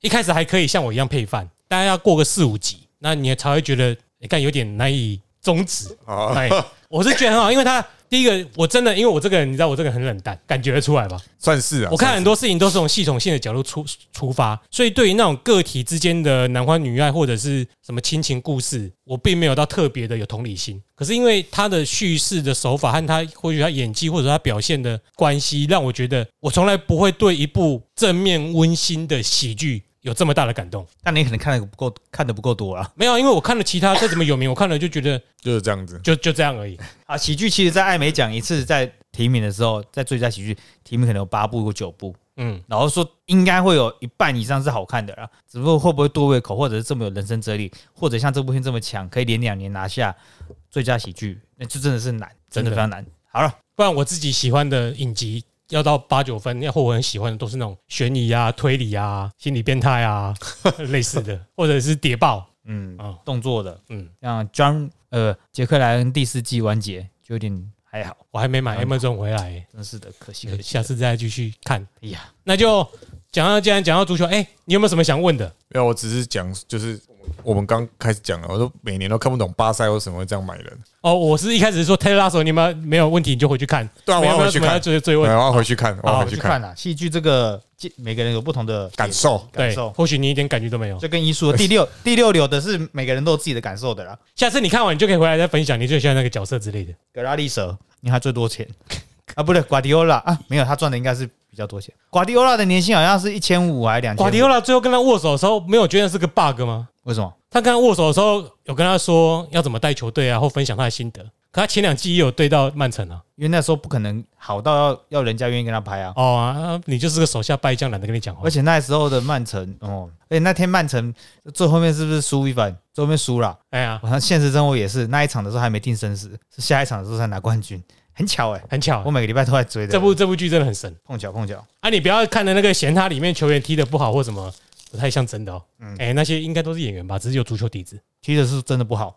[SPEAKER 1] 一开始还可以像我一样配饭，大概要过个四五集，那你才会觉得你看有点难以终 止。
[SPEAKER 3] 好，
[SPEAKER 1] 哎，我是觉得很好，因为他第一个我真的，因为我这个人你知道我这个人很冷淡，感觉得出来吧？
[SPEAKER 3] 算是啊。
[SPEAKER 1] 我看
[SPEAKER 3] 算
[SPEAKER 1] 很
[SPEAKER 3] 是
[SPEAKER 1] 多事情都是从系统性的角度出出发，所以对于那种个体之间的男欢女爱或者是什么亲情故事，我并没有到特别的有同理心。可是因为他的叙事的手法和他或许他演技或者他表现的关系，让我觉得我从来不会对一部正面温馨的喜剧有这么大的感动。
[SPEAKER 2] 但你可能看的不够，看的不够多啊啦。
[SPEAKER 1] 没有，因为我看了其他再怎么有名，我看了就觉得
[SPEAKER 3] 就是这样子。
[SPEAKER 1] 就就这样而已。
[SPEAKER 2] 啊，喜剧其实，在艾美奖一次在提名的时候，在最佳喜剧提名可能有八部或九部，
[SPEAKER 1] 嗯，
[SPEAKER 2] 然后说应该会有一半以上是好看的啦，只不过会不会对胃口，或者是这么有人生哲理，或者像这部片这么强，可以连两年拿下最佳喜剧，那就真的是难，真的非常难。好了，
[SPEAKER 1] 不然我自己喜欢的影集。要到八九分，要或我很喜欢的都是那种悬疑啊、推理啊、心理变态 啊类似的，或者是谍报。
[SPEAKER 2] 嗯，
[SPEAKER 1] 哦
[SPEAKER 2] 动作的，
[SPEAKER 1] 嗯，
[SPEAKER 2] 像 John 呃杰克莱恩第四季完结就有点还好，
[SPEAKER 1] 我还没
[SPEAKER 3] 哦
[SPEAKER 1] 买 Amazon 回来、
[SPEAKER 2] 真是的，可惜
[SPEAKER 1] 欸
[SPEAKER 2] 可惜
[SPEAKER 1] 下。次再继续看。
[SPEAKER 2] 哎呀，
[SPEAKER 1] 那就讲到，既然讲到足球，哎、你有没有什么想问的？
[SPEAKER 3] 没有，我只是讲，就是我们刚开始讲了，我说每年都看不懂巴塞为什么会这样买人。
[SPEAKER 1] 哦，我是一开始说 Taylor 拉手，你们没有问题你就回去看。
[SPEAKER 3] 对啊，我
[SPEAKER 1] 没有
[SPEAKER 3] 要回去
[SPEAKER 1] 没有
[SPEAKER 3] 看
[SPEAKER 1] 要，追追
[SPEAKER 3] 对我
[SPEAKER 1] 问。
[SPEAKER 3] 要回去看，我
[SPEAKER 2] 好
[SPEAKER 3] 要
[SPEAKER 2] 我
[SPEAKER 3] 回
[SPEAKER 2] 去
[SPEAKER 3] 去看
[SPEAKER 2] 看啦，戏剧这个这每个人有不同的
[SPEAKER 3] 感受。
[SPEAKER 2] 感
[SPEAKER 1] 对
[SPEAKER 2] 受，，
[SPEAKER 1] 或许你一点感觉都没有。
[SPEAKER 2] 就跟一说第六第六流的是每个人都有自己的感受的啦。
[SPEAKER 1] 下次你看完，你就可以回来再分享你最喜欢那个角色之类的。
[SPEAKER 2] 格拉利蛇，因为他最多钱 啊，不对，瓜迪奥拉啊，没有，他赚的应该是比较多钱。瓜迪奥拉的年薪好像是一千五还是两千？
[SPEAKER 1] 瓜迪奥拉最后跟他握手的时候，没有觉得是个 bug 吗？
[SPEAKER 2] 为什么？
[SPEAKER 1] 他跟他握手的时候，有跟他说要怎么带球队啊，或分享他的心得。可他前两季也有对到曼城啊，
[SPEAKER 2] 因为那时候不可能好到要要人家愿意跟他拍啊。
[SPEAKER 1] 哦啊，你就是个手下败将，懒得跟你讲话
[SPEAKER 2] 而。且那时候的曼城哦，而且那天曼城最后面是不是输一分？最后面输了，
[SPEAKER 1] 哎呀，
[SPEAKER 2] 好像现实生活也是那一场的时候还没定生死，是下一场的时候才拿冠军，很巧哎、
[SPEAKER 1] 很巧啊
[SPEAKER 2] 我，每个礼拜都在追的，
[SPEAKER 1] 这部这部剧真的很神
[SPEAKER 2] 碰巧碰巧，
[SPEAKER 1] 啊！你不要看的那个嫌他里面球员踢得不好或什么，不太像真的哦。哎，那些应该都是演员吧，只是有足球底子。
[SPEAKER 2] 踢的是真的不好，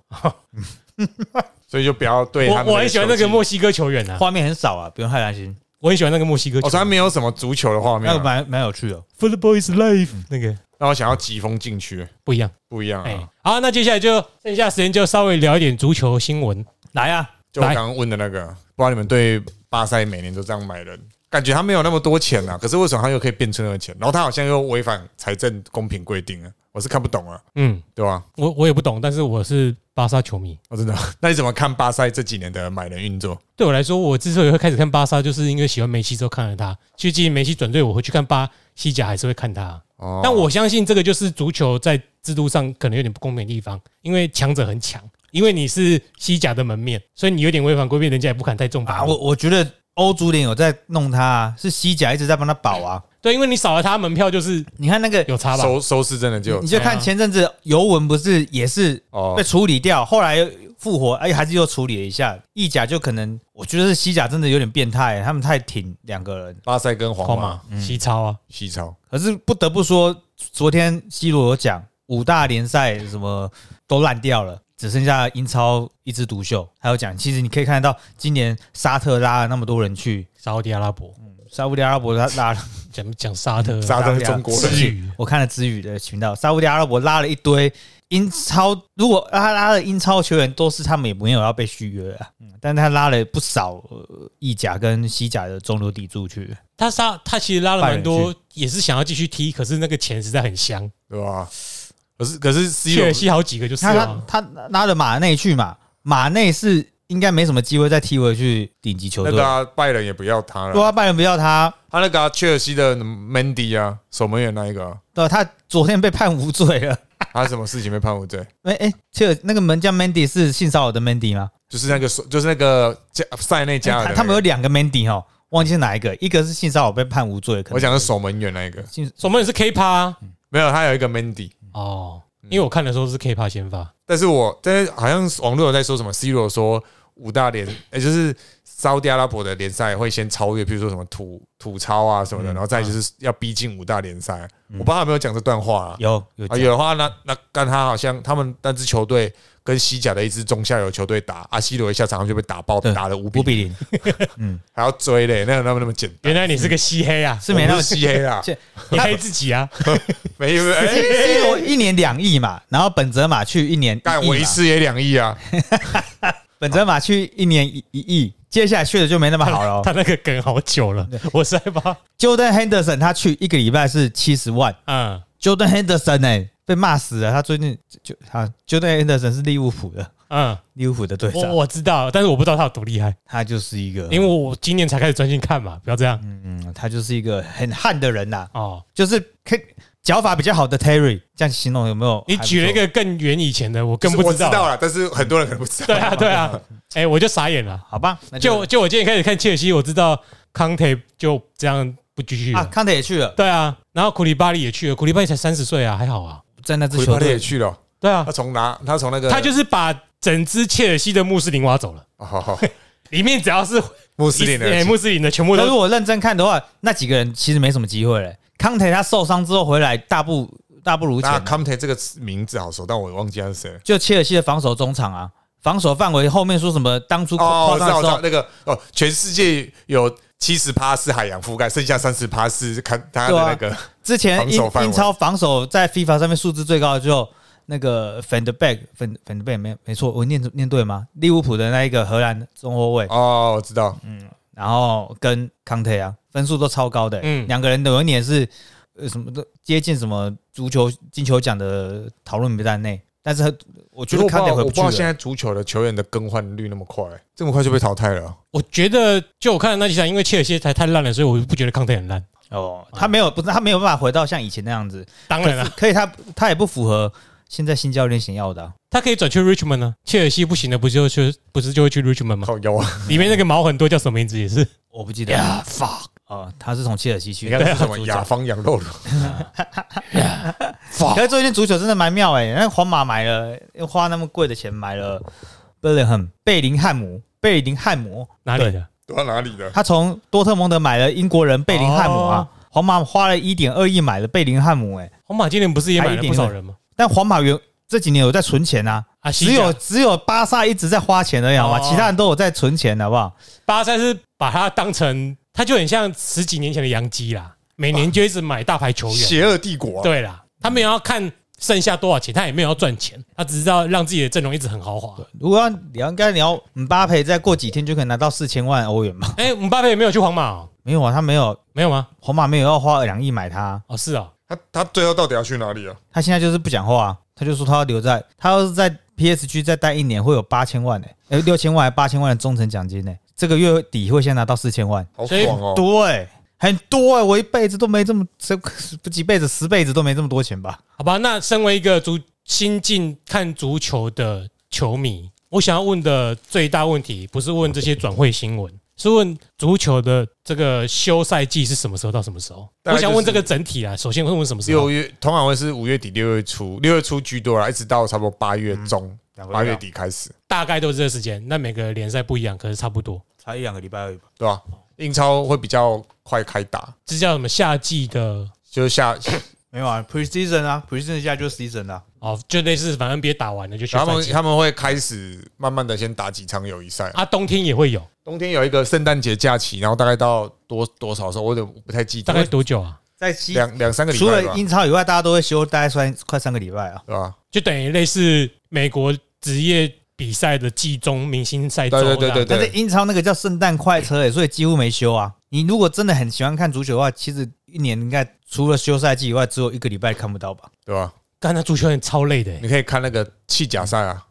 [SPEAKER 3] 所以就不要对他
[SPEAKER 1] 我
[SPEAKER 3] 们
[SPEAKER 1] 我很喜欢那个
[SPEAKER 3] 墨，
[SPEAKER 1] 墨西哥球员啊，
[SPEAKER 2] 画面很少啊，不用太担心，
[SPEAKER 1] 我很喜欢那个墨西哥
[SPEAKER 3] 我
[SPEAKER 1] 球
[SPEAKER 3] 从来
[SPEAKER 1] 员。
[SPEAKER 3] 没有什么足球的画面
[SPEAKER 2] 那个
[SPEAKER 3] 啊，
[SPEAKER 2] 蛮蛮有趣的。嗯
[SPEAKER 1] Football is life，那
[SPEAKER 2] 啊
[SPEAKER 1] 个
[SPEAKER 3] 那我想要疾风进去，
[SPEAKER 1] 不一样。
[SPEAKER 3] 不一样
[SPEAKER 1] 哎
[SPEAKER 3] 啊。，
[SPEAKER 1] 好，那接下来就剩下时间就稍微聊一点足球新闻。
[SPEAKER 2] 来啊，
[SPEAKER 3] 就我
[SPEAKER 1] 来
[SPEAKER 3] 刚刚问的那个，不知道你们对巴塞每年都这样买人，感觉他没有那么多钱啊，可是为什么他又可以变出那个钱？然后他好像又违反财政公平规定啊，我是看不懂啊，
[SPEAKER 1] 嗯，
[SPEAKER 3] 对吧？哦
[SPEAKER 1] 我我也不懂，但是我是巴萨球迷。
[SPEAKER 3] 我真的， 那你怎么看巴塞这几年的买人运作？
[SPEAKER 1] 对我来说，我之所以会开始看巴萨，就是因为喜欢梅西之后看了他。其实，即使梅西转队，我回去看巴西甲还是会看他。
[SPEAKER 3] 哦
[SPEAKER 1] 但我相信这个就是足球在制度上可能有点不公平的地方，因为强者很强，因为你是西甲的门面，所以你有点违反规避，人家也不敢太重罚
[SPEAKER 2] 啊，我我觉得欧足联有在弄他、啊，是西甲一直在帮他保啊。
[SPEAKER 1] 对，因为你少了他门票就是
[SPEAKER 2] 你看那个，
[SPEAKER 1] 有差吧？
[SPEAKER 3] 收收视真的就
[SPEAKER 2] 你就
[SPEAKER 1] 哎呀
[SPEAKER 2] 看前阵子尤文不是也是
[SPEAKER 3] 哦
[SPEAKER 2] 被，处理掉，后来又复活，哎，还是又处理了一下。意甲就可能，我觉得是西甲真的有点变态，他们太挺两个人。
[SPEAKER 3] 巴塞跟皇
[SPEAKER 1] 皇
[SPEAKER 3] 马
[SPEAKER 1] 马、西超啊，
[SPEAKER 3] 西超，
[SPEAKER 2] 可是不得不说，昨天 C 罗有讲五大联赛什么都烂掉了。只剩下英超一枝独秀，还有讲，其实你可以看得到，今年沙特拉了那么多人去，
[SPEAKER 1] 沙特阿拉伯，
[SPEAKER 2] 沙乌地阿拉伯拉拉了
[SPEAKER 1] 讲讲沙特
[SPEAKER 3] 沙特是中国
[SPEAKER 1] 之
[SPEAKER 3] 人，
[SPEAKER 1] 旅，
[SPEAKER 2] 嗯我啊看了知语的群道，沙特阿拉伯拉了一堆英超，如果他拉的英超球员都是他们也没有要被续约啊，嗯，但他拉了不少、呃、意甲跟西甲的中流砥柱去，
[SPEAKER 1] 他沙他其实拉了蛮
[SPEAKER 2] 拜仁
[SPEAKER 1] 多，也是想要继续踢，可是那个钱实在很香。
[SPEAKER 3] 对吧？可是可是 C
[SPEAKER 1] 切
[SPEAKER 3] 罗
[SPEAKER 1] 尔西好几个就是
[SPEAKER 2] 他
[SPEAKER 1] 啊
[SPEAKER 2] 他，他拉了马内去嘛，马内是应该没什么机会再踢回去顶级球
[SPEAKER 3] 那
[SPEAKER 2] 队，
[SPEAKER 3] 个啊拜仁也不要他
[SPEAKER 2] 如果
[SPEAKER 3] 了，
[SPEAKER 2] 他拜仁不要他，
[SPEAKER 3] 他那个啊切尔西的 Mandy 啊，守门员那一个啊，
[SPEAKER 2] 对，他昨天被判无罪了。
[SPEAKER 3] 他什么事情被判无罪？
[SPEAKER 2] 哎、哎，切尔那个门将 Mandy 是性骚扰的 Mandy 吗？
[SPEAKER 3] 就是那个守，就是那个加塞内加尔的
[SPEAKER 2] 他
[SPEAKER 3] 那个，
[SPEAKER 2] 哎他们有两个 Mandy 哦，忘记是哪一个，一个是性骚扰被判无罪，可能
[SPEAKER 3] 我讲的是守门员那一个，
[SPEAKER 2] 性
[SPEAKER 1] 守门员是 K 趴啊
[SPEAKER 3] 没有，他有一个 Mandy，
[SPEAKER 1] 哦，因为我看的时候是 K 趴先发，
[SPEAKER 3] 但是我但是好像网络有在说什么 C 罗说五大联，哎、就是沙烏地阿拉伯的联赛会先超越，比如说什么土土超啊什么
[SPEAKER 2] 嗯
[SPEAKER 3] 的，然后再就是要逼近五大联赛。啊我不知道他有没有讲这段话啊？
[SPEAKER 2] 有有
[SPEAKER 3] 啊，有的话，那那但他好像他们那支球队跟西甲的一支中下游球队打，啊阿西罗一下场上就被打爆，
[SPEAKER 2] 对
[SPEAKER 3] 打了五比
[SPEAKER 2] 五，比零
[SPEAKER 3] 还要追嘞，那有那么那么简单？
[SPEAKER 1] 原来你是个吸黑啊，
[SPEAKER 2] 是没那么
[SPEAKER 3] 我不是。吸黑 啦，
[SPEAKER 2] 这
[SPEAKER 1] 你黑自己啊，
[SPEAKER 3] 没有，
[SPEAKER 2] 因
[SPEAKER 3] 哎，
[SPEAKER 2] 为 C 罗一年两亿嘛，然后本泽马去一年亿
[SPEAKER 3] 干
[SPEAKER 2] 嘛
[SPEAKER 3] 我一次也两亿啊，
[SPEAKER 2] 本泽马去一年一一亿，接下来去的就没那么好了
[SPEAKER 1] 他
[SPEAKER 2] 哦。
[SPEAKER 1] 那个梗好久了，我实在把
[SPEAKER 2] Jordan Henderson 他去一个礼拜是七十万
[SPEAKER 1] 嗯，
[SPEAKER 2] ，Jordan Henderson 哎、被骂死了，他最近就他 Jordan Henderson 是利物浦的，
[SPEAKER 1] 嗯，
[SPEAKER 2] 利物浦的队
[SPEAKER 1] 我
[SPEAKER 2] 长，
[SPEAKER 1] 我知道，但是我不知道他有多厉害，
[SPEAKER 2] 他就是一个，
[SPEAKER 1] 哦因为我今年才开始专心看嘛，不要这样
[SPEAKER 2] 嗯，他就是一个很悍的人呐、
[SPEAKER 1] 哦。
[SPEAKER 2] 就是可以脚法比较好的 Terry，这样形容有没有？
[SPEAKER 1] 你举了一个更远以前的，我更
[SPEAKER 3] 就是
[SPEAKER 1] 不
[SPEAKER 3] 我知
[SPEAKER 1] 道
[SPEAKER 3] 道
[SPEAKER 1] 了。
[SPEAKER 3] 了，但是很多人可能不知道
[SPEAKER 1] 对。啊，对 啊，哎，我就傻眼了。
[SPEAKER 2] 好吧，那
[SPEAKER 1] 就就我今天开始看切尔西，我知道康泰就这样不继续
[SPEAKER 2] 啊，
[SPEAKER 1] 了。
[SPEAKER 2] 康德也去了，
[SPEAKER 1] 对啊，然后库里巴利也去了，库里巴利才三十岁啊，还好啊。
[SPEAKER 2] 在那
[SPEAKER 3] 库
[SPEAKER 2] 支
[SPEAKER 3] 里
[SPEAKER 2] 球
[SPEAKER 3] 巴利
[SPEAKER 2] 队
[SPEAKER 3] 也去了，
[SPEAKER 1] 对啊
[SPEAKER 3] 他，从哪？他从那个
[SPEAKER 1] 他就是把整支切尔西的穆斯林挖走了，
[SPEAKER 3] 哦好好
[SPEAKER 1] 里面只要是
[SPEAKER 3] 穆斯林的
[SPEAKER 1] 哎穆斯林的全部
[SPEAKER 2] 可是
[SPEAKER 1] 都
[SPEAKER 2] 我认真看的话，那几个人其实没什么机会了。康泰他受伤之后回来，大不大不如前。
[SPEAKER 3] 那
[SPEAKER 2] 啊
[SPEAKER 3] Comte 这个名字好熟，但我忘记他是谁了。
[SPEAKER 2] 就切尔西的防守中场啊，防守范围后面说什么当初
[SPEAKER 3] 哦，
[SPEAKER 2] 扩
[SPEAKER 3] 我知
[SPEAKER 2] 张
[SPEAKER 3] 道，
[SPEAKER 2] 的
[SPEAKER 3] 我知
[SPEAKER 2] 时
[SPEAKER 3] 道
[SPEAKER 2] 候，
[SPEAKER 3] 那个哦，全世界有七十趴是海洋覆盖，剩下三十趴是看他的
[SPEAKER 2] 对啊
[SPEAKER 3] 那个。
[SPEAKER 2] 之前
[SPEAKER 3] 防
[SPEAKER 2] 英
[SPEAKER 3] 守范围
[SPEAKER 2] 英超防守在 FIFA 上面数字最高的就那个 f e n d e b a c k f e n f e n d e b a c k 没没错，我念念对吗？利物浦的那一个荷兰中后卫，
[SPEAKER 3] 哦，我知道，
[SPEAKER 2] 然后跟康泰啊，分数都超高的、
[SPEAKER 1] 嗯
[SPEAKER 2] 两个人有一年是呃什么的接近什么足球金球奖的讨论名单内，但是他我觉
[SPEAKER 3] 就
[SPEAKER 2] 得
[SPEAKER 3] 是我不知
[SPEAKER 2] 康
[SPEAKER 3] 道，
[SPEAKER 2] 泰回不
[SPEAKER 3] 我不
[SPEAKER 2] 去
[SPEAKER 3] 知道现
[SPEAKER 2] 了。
[SPEAKER 3] 在足球的球员的更换率那么快，这么快就被淘汰了。
[SPEAKER 1] 我觉得，就我看的那几场，因为切尔西才太烂了，所以我不觉得康泰很烂。
[SPEAKER 2] 哦，他没有不是他没有办法回到像以前那样子，
[SPEAKER 1] 当然了、
[SPEAKER 2] 可以他他也不符合现在新教练想要的啊、
[SPEAKER 1] 他可以转去 Richmond 呢、切尔西不行的，不就去不是就会去 Richmond 吗？
[SPEAKER 3] 靠腰啊！
[SPEAKER 1] 里面那个毛很多，叫什么名字也是
[SPEAKER 2] 我不记得
[SPEAKER 1] 呀 fuck
[SPEAKER 2] 哦，他是从切尔西去啊的。
[SPEAKER 3] 你看这是什么
[SPEAKER 2] 主角
[SPEAKER 3] 雅芳羊肉炉？
[SPEAKER 2] 可是最近足球真的蛮妙哎、那皇马买了，又花那么贵的钱买了贝林汉贝林汉姆贝林汉姆
[SPEAKER 1] 哪里啊的？
[SPEAKER 3] 都到哪 里的？
[SPEAKER 2] 他从多特蒙德买了英国人贝林汉姆啊，皇马花了一点二亿买了贝林汉姆、欸，
[SPEAKER 1] 皇马今年不是也买了不少人吗？
[SPEAKER 2] 但皇马原这几年有在存钱啊，
[SPEAKER 1] 啊，西
[SPEAKER 2] 只
[SPEAKER 1] 甲
[SPEAKER 2] 有只有巴萨一直在花钱而已，好吧，
[SPEAKER 1] 哦
[SPEAKER 2] 其他人都有在存钱，好不好？
[SPEAKER 1] 巴塞是把它当成，它就很像十几年前的洋基啦，每年就一直买大牌球员。
[SPEAKER 3] 邪恶帝国啊！
[SPEAKER 1] 对啦，他没有要看剩下多少钱，他也没有要赚钱，他只知道让自己的阵容一直很豪华。
[SPEAKER 2] 如果要你要应该你要姆巴佩再过几天就可以拿到四千万欧元吧？
[SPEAKER 1] 哎，姆巴佩没有去皇马哦，
[SPEAKER 2] 没有啊，他没有，
[SPEAKER 1] 没有吗？
[SPEAKER 2] 皇马没有要花两亿买他啊，
[SPEAKER 1] 哦，是哦，
[SPEAKER 3] 他他最后到底要去哪里啊？
[SPEAKER 2] 他现在就是不讲话啊，他就说他要留在，他要是在 PSG 再待一年会有八千万呢、欸，六千万还八千万的忠诚奖金呢、哎这个月底会先拿到四千万。
[SPEAKER 3] 好
[SPEAKER 1] 所以
[SPEAKER 3] 爽哦！
[SPEAKER 2] 对，很多哎、我一辈子都没这么这不几辈子十辈子都没这么多钱吧？
[SPEAKER 1] 好吧，那身为一个足新进看足球的球迷，我想要问的最大问题不是问这些转会新闻，是问足球的这个休赛季是什么时候到什么时候？
[SPEAKER 3] 大
[SPEAKER 1] 我
[SPEAKER 3] 概就是
[SPEAKER 1] 想问这个整体啊，首先会问什么时候
[SPEAKER 3] 六？月通常会是五月底六月初，六月初居多啦，一直到差不多八月中、
[SPEAKER 2] 嗯啊
[SPEAKER 3] 八月底开始，
[SPEAKER 1] 大概都是这个时间。那每个联赛不一样，可是差不多。
[SPEAKER 2] 才一两个礼拜而已吧。
[SPEAKER 3] 对吧？英超会比较快开打，
[SPEAKER 1] 这叫什么？夏季的
[SPEAKER 3] 就是下
[SPEAKER 2] 没有啊，preseason 啊，preseason 下就是 season 啊啦、
[SPEAKER 1] 哦，就类似反正 NBA 打完了就休
[SPEAKER 3] 他
[SPEAKER 1] 赛
[SPEAKER 3] 们
[SPEAKER 1] 季。
[SPEAKER 3] 他们会开始慢慢的先打几场友谊赛。
[SPEAKER 1] 啊，冬天也会有，
[SPEAKER 3] 冬天有一个圣诞节假期，然后大概到多多少时候，我有点不太记
[SPEAKER 1] 大概
[SPEAKER 3] 得，
[SPEAKER 1] 多久啊？
[SPEAKER 2] 在西
[SPEAKER 3] 两两三个礼
[SPEAKER 2] 除
[SPEAKER 3] 拜
[SPEAKER 2] 了
[SPEAKER 3] 吧，
[SPEAKER 2] 英超以外，大家都会休大概三快三个礼拜啊。
[SPEAKER 3] 对吧？
[SPEAKER 1] 就等于类似美国职业比赛的季中明星赛周
[SPEAKER 3] 对对对对
[SPEAKER 1] 这样
[SPEAKER 3] 对
[SPEAKER 2] 但是英超那个叫圣诞快车、欸，所以几乎没休啊。你如果真的很喜欢看足球的话，其实一年应该除了休赛季以外，只有一个礼拜看不到吧，
[SPEAKER 3] 对吧？
[SPEAKER 1] 干那足球人超累的欸，
[SPEAKER 3] 你可以看那个气甲赛啊。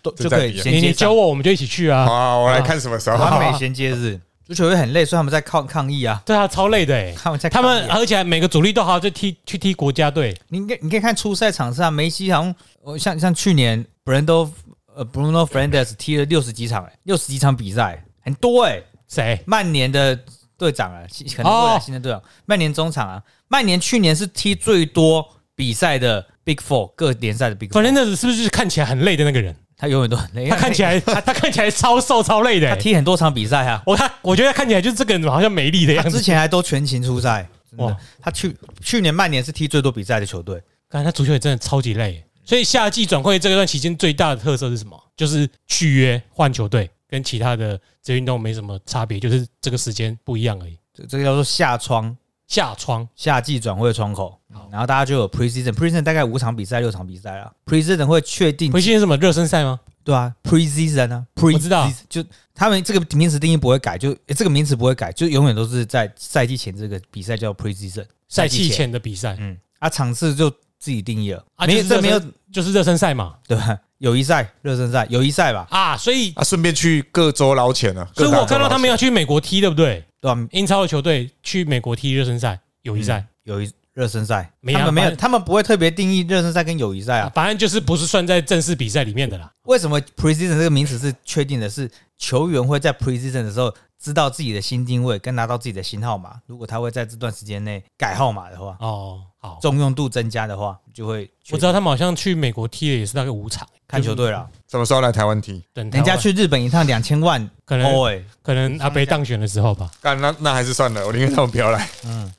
[SPEAKER 2] 都
[SPEAKER 3] 这
[SPEAKER 2] 就可
[SPEAKER 3] 在
[SPEAKER 2] 以
[SPEAKER 3] 比啊
[SPEAKER 2] 衔
[SPEAKER 1] 你
[SPEAKER 2] 接
[SPEAKER 1] 你
[SPEAKER 2] 上
[SPEAKER 1] 教我，我们就一起去
[SPEAKER 3] 好
[SPEAKER 1] 啊。
[SPEAKER 3] 啊，我来看什么时候。
[SPEAKER 2] 完美衔接日。足球会很累，所以他们在抗抗议啊，
[SPEAKER 1] 对啊，超累的欸。
[SPEAKER 2] 他们在
[SPEAKER 1] 他
[SPEAKER 2] 抗议啊
[SPEAKER 1] 们而且每个主力都好像在踢去踢国家队，
[SPEAKER 2] 你应该你可以看初赛场上，梅西好像呃像像去年 Bruno 呃 Bruno Fernandes 踢了六十几场、欸，六十几场比赛，很多哎、
[SPEAKER 1] 谁？
[SPEAKER 2] 曼联的队长啊，新可能未来
[SPEAKER 1] 哦
[SPEAKER 2] 新的队长，曼联中场啊，曼联去年是踢最多比赛的 Big Four 各联赛的 Big
[SPEAKER 1] 反
[SPEAKER 2] Four，
[SPEAKER 1] 正那是不是就是看起来很累的那个人？
[SPEAKER 2] 他他永远都很累。
[SPEAKER 1] 他看起来他他看起来超瘦超累的、
[SPEAKER 2] 他
[SPEAKER 1] 欸。
[SPEAKER 2] 踢很多场比赛啊，
[SPEAKER 1] 我看我觉得他看起来就是这个人好像没力的样
[SPEAKER 2] 他之
[SPEAKER 1] 子。
[SPEAKER 2] 前还都全勤出赛，真的
[SPEAKER 1] 哇。
[SPEAKER 2] 他去去年曼联是踢最多比赛的球队，
[SPEAKER 1] 看他足球也真的超级累欸，所以夏季转会这段期间最大的特色是什么？就是续约换球队，跟其他的职业运动没什么差别，就是这个时间不一样而已。
[SPEAKER 2] 这这个叫做夏窗，
[SPEAKER 1] 下窗
[SPEAKER 2] 夏季转会窗口。然后大家就有 preseason，preseason 大概五场比赛、六场比赛啊。preseason 会确定
[SPEAKER 1] 回信是什么热身赛吗？
[SPEAKER 2] 对啊，preseason 啊，pre
[SPEAKER 1] 我知道
[SPEAKER 2] 就他们这个名词定义不会改，就、诶这个名词不会改，就永远都是在赛季前这个比赛叫 preseason，
[SPEAKER 1] 赛季，前的比赛
[SPEAKER 2] 嗯，啊场次就自己定义了，
[SPEAKER 1] 啊
[SPEAKER 2] 没有
[SPEAKER 1] 就是热
[SPEAKER 2] 这
[SPEAKER 1] 身
[SPEAKER 2] 没有
[SPEAKER 1] 就是热身赛嘛
[SPEAKER 2] 对吧？友谊赛、热身赛、友谊赛吧，
[SPEAKER 1] 啊，所以
[SPEAKER 3] 啊，顺便去各州捞钱啊。
[SPEAKER 1] 所以
[SPEAKER 3] 各大
[SPEAKER 1] 我看到
[SPEAKER 3] 州捞
[SPEAKER 1] 他们
[SPEAKER 3] 钱
[SPEAKER 1] 要去美国踢，对不对？
[SPEAKER 2] 对吧、嗯
[SPEAKER 1] 英超的球队去美国踢热身赛、友谊赛，
[SPEAKER 2] 友谊热身赛，
[SPEAKER 1] 没啊
[SPEAKER 2] 他们没
[SPEAKER 1] 反
[SPEAKER 2] 有，
[SPEAKER 1] 正
[SPEAKER 2] 他们不会特别定义热身赛跟友谊赛啊。
[SPEAKER 1] 反正就是不是算在正式比赛里面的啦。
[SPEAKER 2] 为什么 preseason 这个名词是确定的？是球员会在 preseason 的时候知道自己的新定位跟拿到自己的新号码。如果他会在这段时间内改号码的话，
[SPEAKER 1] 哦，好，
[SPEAKER 2] 重用度增加的话，就会
[SPEAKER 1] 我知道他们好像去美国踢的也是大概五场，
[SPEAKER 2] 看球队了。
[SPEAKER 3] 什么时候来台湾踢？
[SPEAKER 1] 等台
[SPEAKER 2] 人
[SPEAKER 1] 湾
[SPEAKER 2] 家去日本一趟两千万，
[SPEAKER 1] 可能
[SPEAKER 2] 哦哎、
[SPEAKER 1] 可能阿北当选的时候吧。
[SPEAKER 3] 干那那还是算了，我宁愿他们不 要来。
[SPEAKER 2] 嗯，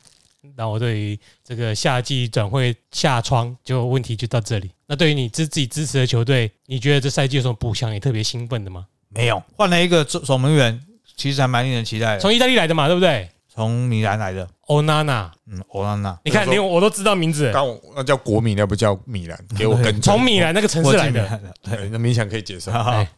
[SPEAKER 1] 那我对于这个夏季转会下窗就问题就到这里。那对于你自自己支持的球队，你觉得这赛季有什么补强也特别兴奋的吗？
[SPEAKER 2] 没有换了一个守守门员，其实还蛮令人期待的，
[SPEAKER 1] 从意大利来的嘛，对不对？
[SPEAKER 2] 从米兰来的，
[SPEAKER 1] 欧娜娜，
[SPEAKER 2] 嗯，欧兰娜，
[SPEAKER 1] 你看连我都知道名字，
[SPEAKER 3] 刚我那叫国米，那不叫米兰，给我跟
[SPEAKER 1] 啊从米兰那个城市来
[SPEAKER 2] 国际米
[SPEAKER 1] 的。
[SPEAKER 2] 兰的，
[SPEAKER 3] 哎那勉强可以接受。
[SPEAKER 2] 好
[SPEAKER 1] 哎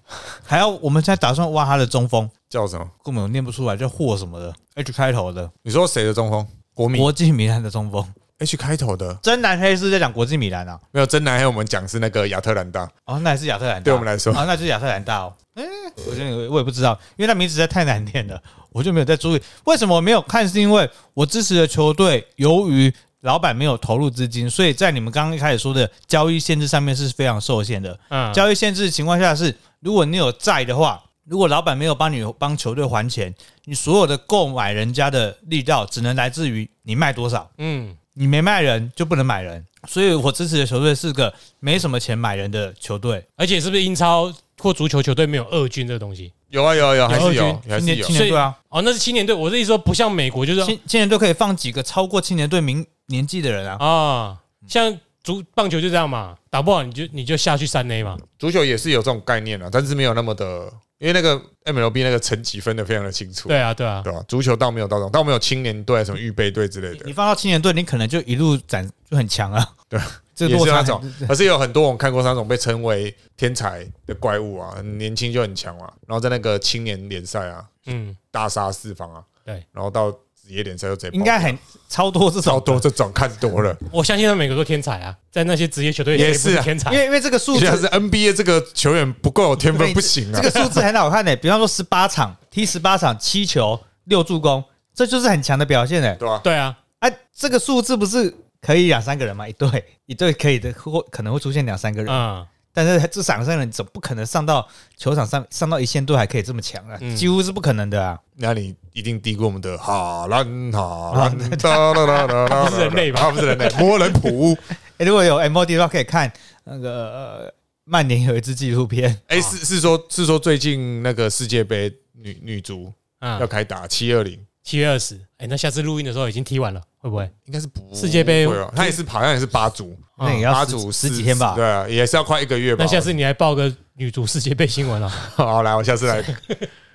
[SPEAKER 2] 还要我们现在打算挖他的中锋，
[SPEAKER 3] 叫什么？
[SPEAKER 2] 根本念不出来，叫霍什么的，H 开头的，
[SPEAKER 3] 你说谁的中锋？国米
[SPEAKER 2] 国际米兰的中锋，
[SPEAKER 3] H 开头的
[SPEAKER 2] 真南黑是在讲国际米兰啊，
[SPEAKER 3] 没有真南黑，我们讲是那个亚特兰大。
[SPEAKER 2] 哦，那也是亚特兰大，
[SPEAKER 3] 对我们来说
[SPEAKER 2] 啊，那就是亚特兰大哦。哎、我真的我也不知道，因为那名字实在太难念了，我就没有再注意。为什么我没有看？是因为我支持的球队由于老板没有投入资金，所以在你们刚刚一开始说的交易限制上面是非常受限的。
[SPEAKER 3] 啊
[SPEAKER 1] 嗯，
[SPEAKER 2] 交易限制的情况下是，如果你有债的话，如果老板没有帮你帮球队还钱，你所有的购买人家的力道只能来自于你卖多少。
[SPEAKER 1] 嗯，
[SPEAKER 2] 你没卖人就不能买人，所以我支持的球队是个没什么钱买人的球队。
[SPEAKER 1] 而且是不是英超或足球球队没有二军这个东西？
[SPEAKER 3] 有啊有啊有啊，还是
[SPEAKER 1] 有
[SPEAKER 3] 有
[SPEAKER 1] 二，
[SPEAKER 2] 青
[SPEAKER 3] 还是
[SPEAKER 2] 年
[SPEAKER 3] 有
[SPEAKER 2] 青。年队啊，
[SPEAKER 1] 哦，那是青年队。我的意思说，不像美国，就是
[SPEAKER 3] 啊
[SPEAKER 2] 青青年队可以放几个超过青年队名年纪的人啊。
[SPEAKER 1] 啊，像足棒球就这样嘛，打不好你就你就下去三 A 嘛。
[SPEAKER 3] 足球也是有这种概念啊，但是没有那么的，因为那个 MLB 那个层级分的非常的清楚。
[SPEAKER 1] 对啊，对啊，
[SPEAKER 3] 对吧？足球倒没有到这种，倒没有青年队、啊什么预备队之类
[SPEAKER 2] 你
[SPEAKER 3] 的
[SPEAKER 2] 你，放到青年队，你可能就一路展就很强啊。
[SPEAKER 3] 对，
[SPEAKER 2] 这
[SPEAKER 3] 也
[SPEAKER 2] 落
[SPEAKER 3] 是
[SPEAKER 2] 差
[SPEAKER 3] 那
[SPEAKER 2] 很
[SPEAKER 3] 种，可是有很多我们看过那种被称为天才的怪物啊，很年轻就很强啊，然后在那个青年联赛啊
[SPEAKER 1] 嗯，
[SPEAKER 3] 大杀四方啊，
[SPEAKER 1] 对，
[SPEAKER 3] 然后到职业联赛就直接爆
[SPEAKER 2] 应该很超多这
[SPEAKER 3] 超
[SPEAKER 2] 种，
[SPEAKER 3] 多这种看多了，
[SPEAKER 1] 我相信他们每个都天才啊，在那些职业球队谁
[SPEAKER 3] 也
[SPEAKER 1] 不
[SPEAKER 3] 是啊
[SPEAKER 1] 天才
[SPEAKER 2] 因，为因为这个 数
[SPEAKER 3] 现在是
[SPEAKER 2] 字
[SPEAKER 3] NBA 这个球员不够有天分不行啊
[SPEAKER 2] 这，个数字很好看的、比方说十八场踢十八场，七球六助攻，这就是很强的表现诶、
[SPEAKER 3] 对吧？
[SPEAKER 1] 对啊，
[SPEAKER 2] 哎、这个数字不是可以两三个人吗？一队一队可以的，或可能会出现两三个人。
[SPEAKER 1] 嗯，
[SPEAKER 2] 但是这场上的人总不可能上到球场上上到一线队还可以这么强啊，
[SPEAKER 1] 嗯
[SPEAKER 2] 几乎是不可能的啊。
[SPEAKER 3] 那你一定低估我们的哈兰哈兰哒啦啦啦啦，
[SPEAKER 1] 不是人类吧
[SPEAKER 3] 啊不是人类，魔人普
[SPEAKER 2] 诶如果有 MOD 的话，可以看那个、呃、曼联有一支纪录片，
[SPEAKER 3] 哎，是是说，是说最近那个世界杯女女足要
[SPEAKER 1] 啊，
[SPEAKER 3] 开打七二零，
[SPEAKER 1] 七月二十，哎，那下次录音的时候已经踢完了，会不会？
[SPEAKER 3] 应该是不
[SPEAKER 1] 世界杯
[SPEAKER 3] 会啊，她也是好像也是八组，
[SPEAKER 2] 那也要
[SPEAKER 3] 八
[SPEAKER 2] 十
[SPEAKER 3] 组
[SPEAKER 2] 十几天吧
[SPEAKER 3] 对。啊，也是要快一个月吧。
[SPEAKER 1] 那下次你来报个女足世界杯新闻啊，
[SPEAKER 3] 好来，我下 次来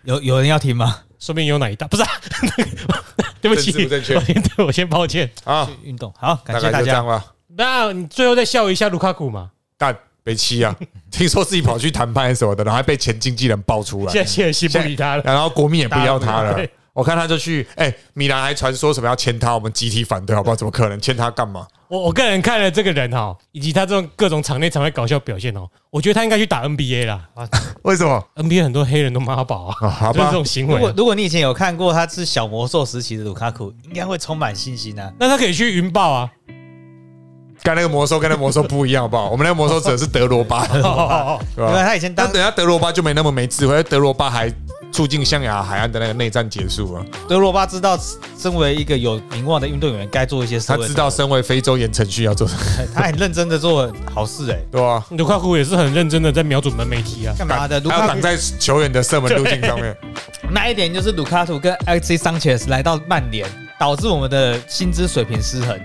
[SPEAKER 2] 有有人要听吗？
[SPEAKER 1] 说不定有哪一大不 是啊？对不起，
[SPEAKER 3] 政治不正确
[SPEAKER 1] 我先 对我先抱歉。
[SPEAKER 3] 啊，
[SPEAKER 2] 运动好，感
[SPEAKER 3] 大
[SPEAKER 2] 谢
[SPEAKER 3] 概
[SPEAKER 2] 大
[SPEAKER 3] 就这样
[SPEAKER 2] 家。
[SPEAKER 3] 吧。
[SPEAKER 1] 那你最后再笑一下卢卡库嘛？
[SPEAKER 3] 干北七 啊，听说自己跑去谈判什么的，然后还被前经纪人爆出来
[SPEAKER 1] 现，在谢尔西不理他了，
[SPEAKER 3] 然后国民也不要他了
[SPEAKER 1] 对。
[SPEAKER 3] 我看他就去，哎，米兰还传说什么要签他，我们集体反对，好不好？怎么可能签他干嘛？
[SPEAKER 1] 我我个人看了这个人哈，以及他这种各种场内场外搞笑表现哦，我觉得他应该去打 NBA 啦。
[SPEAKER 3] 为什么？
[SPEAKER 1] NBA 很多黑人都妈宝啊，
[SPEAKER 3] 啊好
[SPEAKER 1] 就是这
[SPEAKER 3] 吧，
[SPEAKER 1] 种行
[SPEAKER 2] 如
[SPEAKER 1] 为
[SPEAKER 2] 果
[SPEAKER 1] 啊。
[SPEAKER 2] 如果你以前有看过他是小魔兽时期的卢卡库，应该会充满信心啊。
[SPEAKER 1] 那他可以去云豹啊，
[SPEAKER 3] 干那个魔兽跟那个魔兽不一样，好不好？我们那个魔 兽指的是德罗巴，
[SPEAKER 1] 哦哦哦
[SPEAKER 3] 对啊
[SPEAKER 2] 因为
[SPEAKER 3] 吧？
[SPEAKER 2] 他以前
[SPEAKER 3] 但
[SPEAKER 2] 当
[SPEAKER 3] 等下德罗巴就没那么没智慧，德罗巴还促进象牙海岸的那个内战结束啊。
[SPEAKER 2] 德罗巴知道身为一个有名望的运动员该做一些事
[SPEAKER 3] 他，知道身为非洲言承旭要做什么，
[SPEAKER 2] 他很认真的做好事哎、
[SPEAKER 3] 对啊吧、
[SPEAKER 1] 卢卡库也是很认真的在瞄准门楣踢啊。
[SPEAKER 2] 干嘛的？卢
[SPEAKER 3] 还要
[SPEAKER 2] 卡
[SPEAKER 3] 挡在球员的射门路径 上面。
[SPEAKER 2] 那一点就是卢卡图跟 X C 桑切斯来到曼联，导致我们的薪资水平失衡。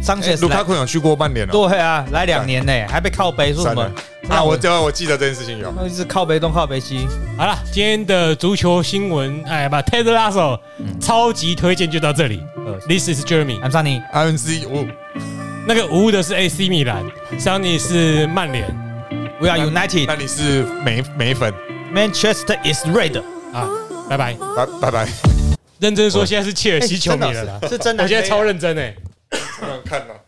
[SPEAKER 2] 桑切
[SPEAKER 3] 哎
[SPEAKER 2] 斯
[SPEAKER 3] 卢卡
[SPEAKER 2] 来
[SPEAKER 3] 库有去过曼联哦，
[SPEAKER 2] 对啊，来两年呢、还被靠背说什么
[SPEAKER 3] 算？啊，我我我记得这件事情有。
[SPEAKER 2] 那一直靠背东靠背西，
[SPEAKER 1] 好了，今天的足球新闻，哎，把 Ted Lasso 超级推荐就到这里。
[SPEAKER 2] 呃
[SPEAKER 1] This is Jeremy，
[SPEAKER 2] ，I'm Sunny，
[SPEAKER 3] 阿恩斯，我
[SPEAKER 1] 那个无的是 AC 米兰，Sunny 是曼联
[SPEAKER 2] We are
[SPEAKER 3] 那
[SPEAKER 2] united.
[SPEAKER 3] 你是美美粉，
[SPEAKER 2] Manchester is
[SPEAKER 3] 哎
[SPEAKER 2] red.
[SPEAKER 1] 啊，拜拜。
[SPEAKER 3] 拜拜拜。
[SPEAKER 1] 认真说，现在是切尔西球迷了啦
[SPEAKER 2] 哎哎真的，是是真的
[SPEAKER 1] 我现在超认真哎、
[SPEAKER 3] 看了。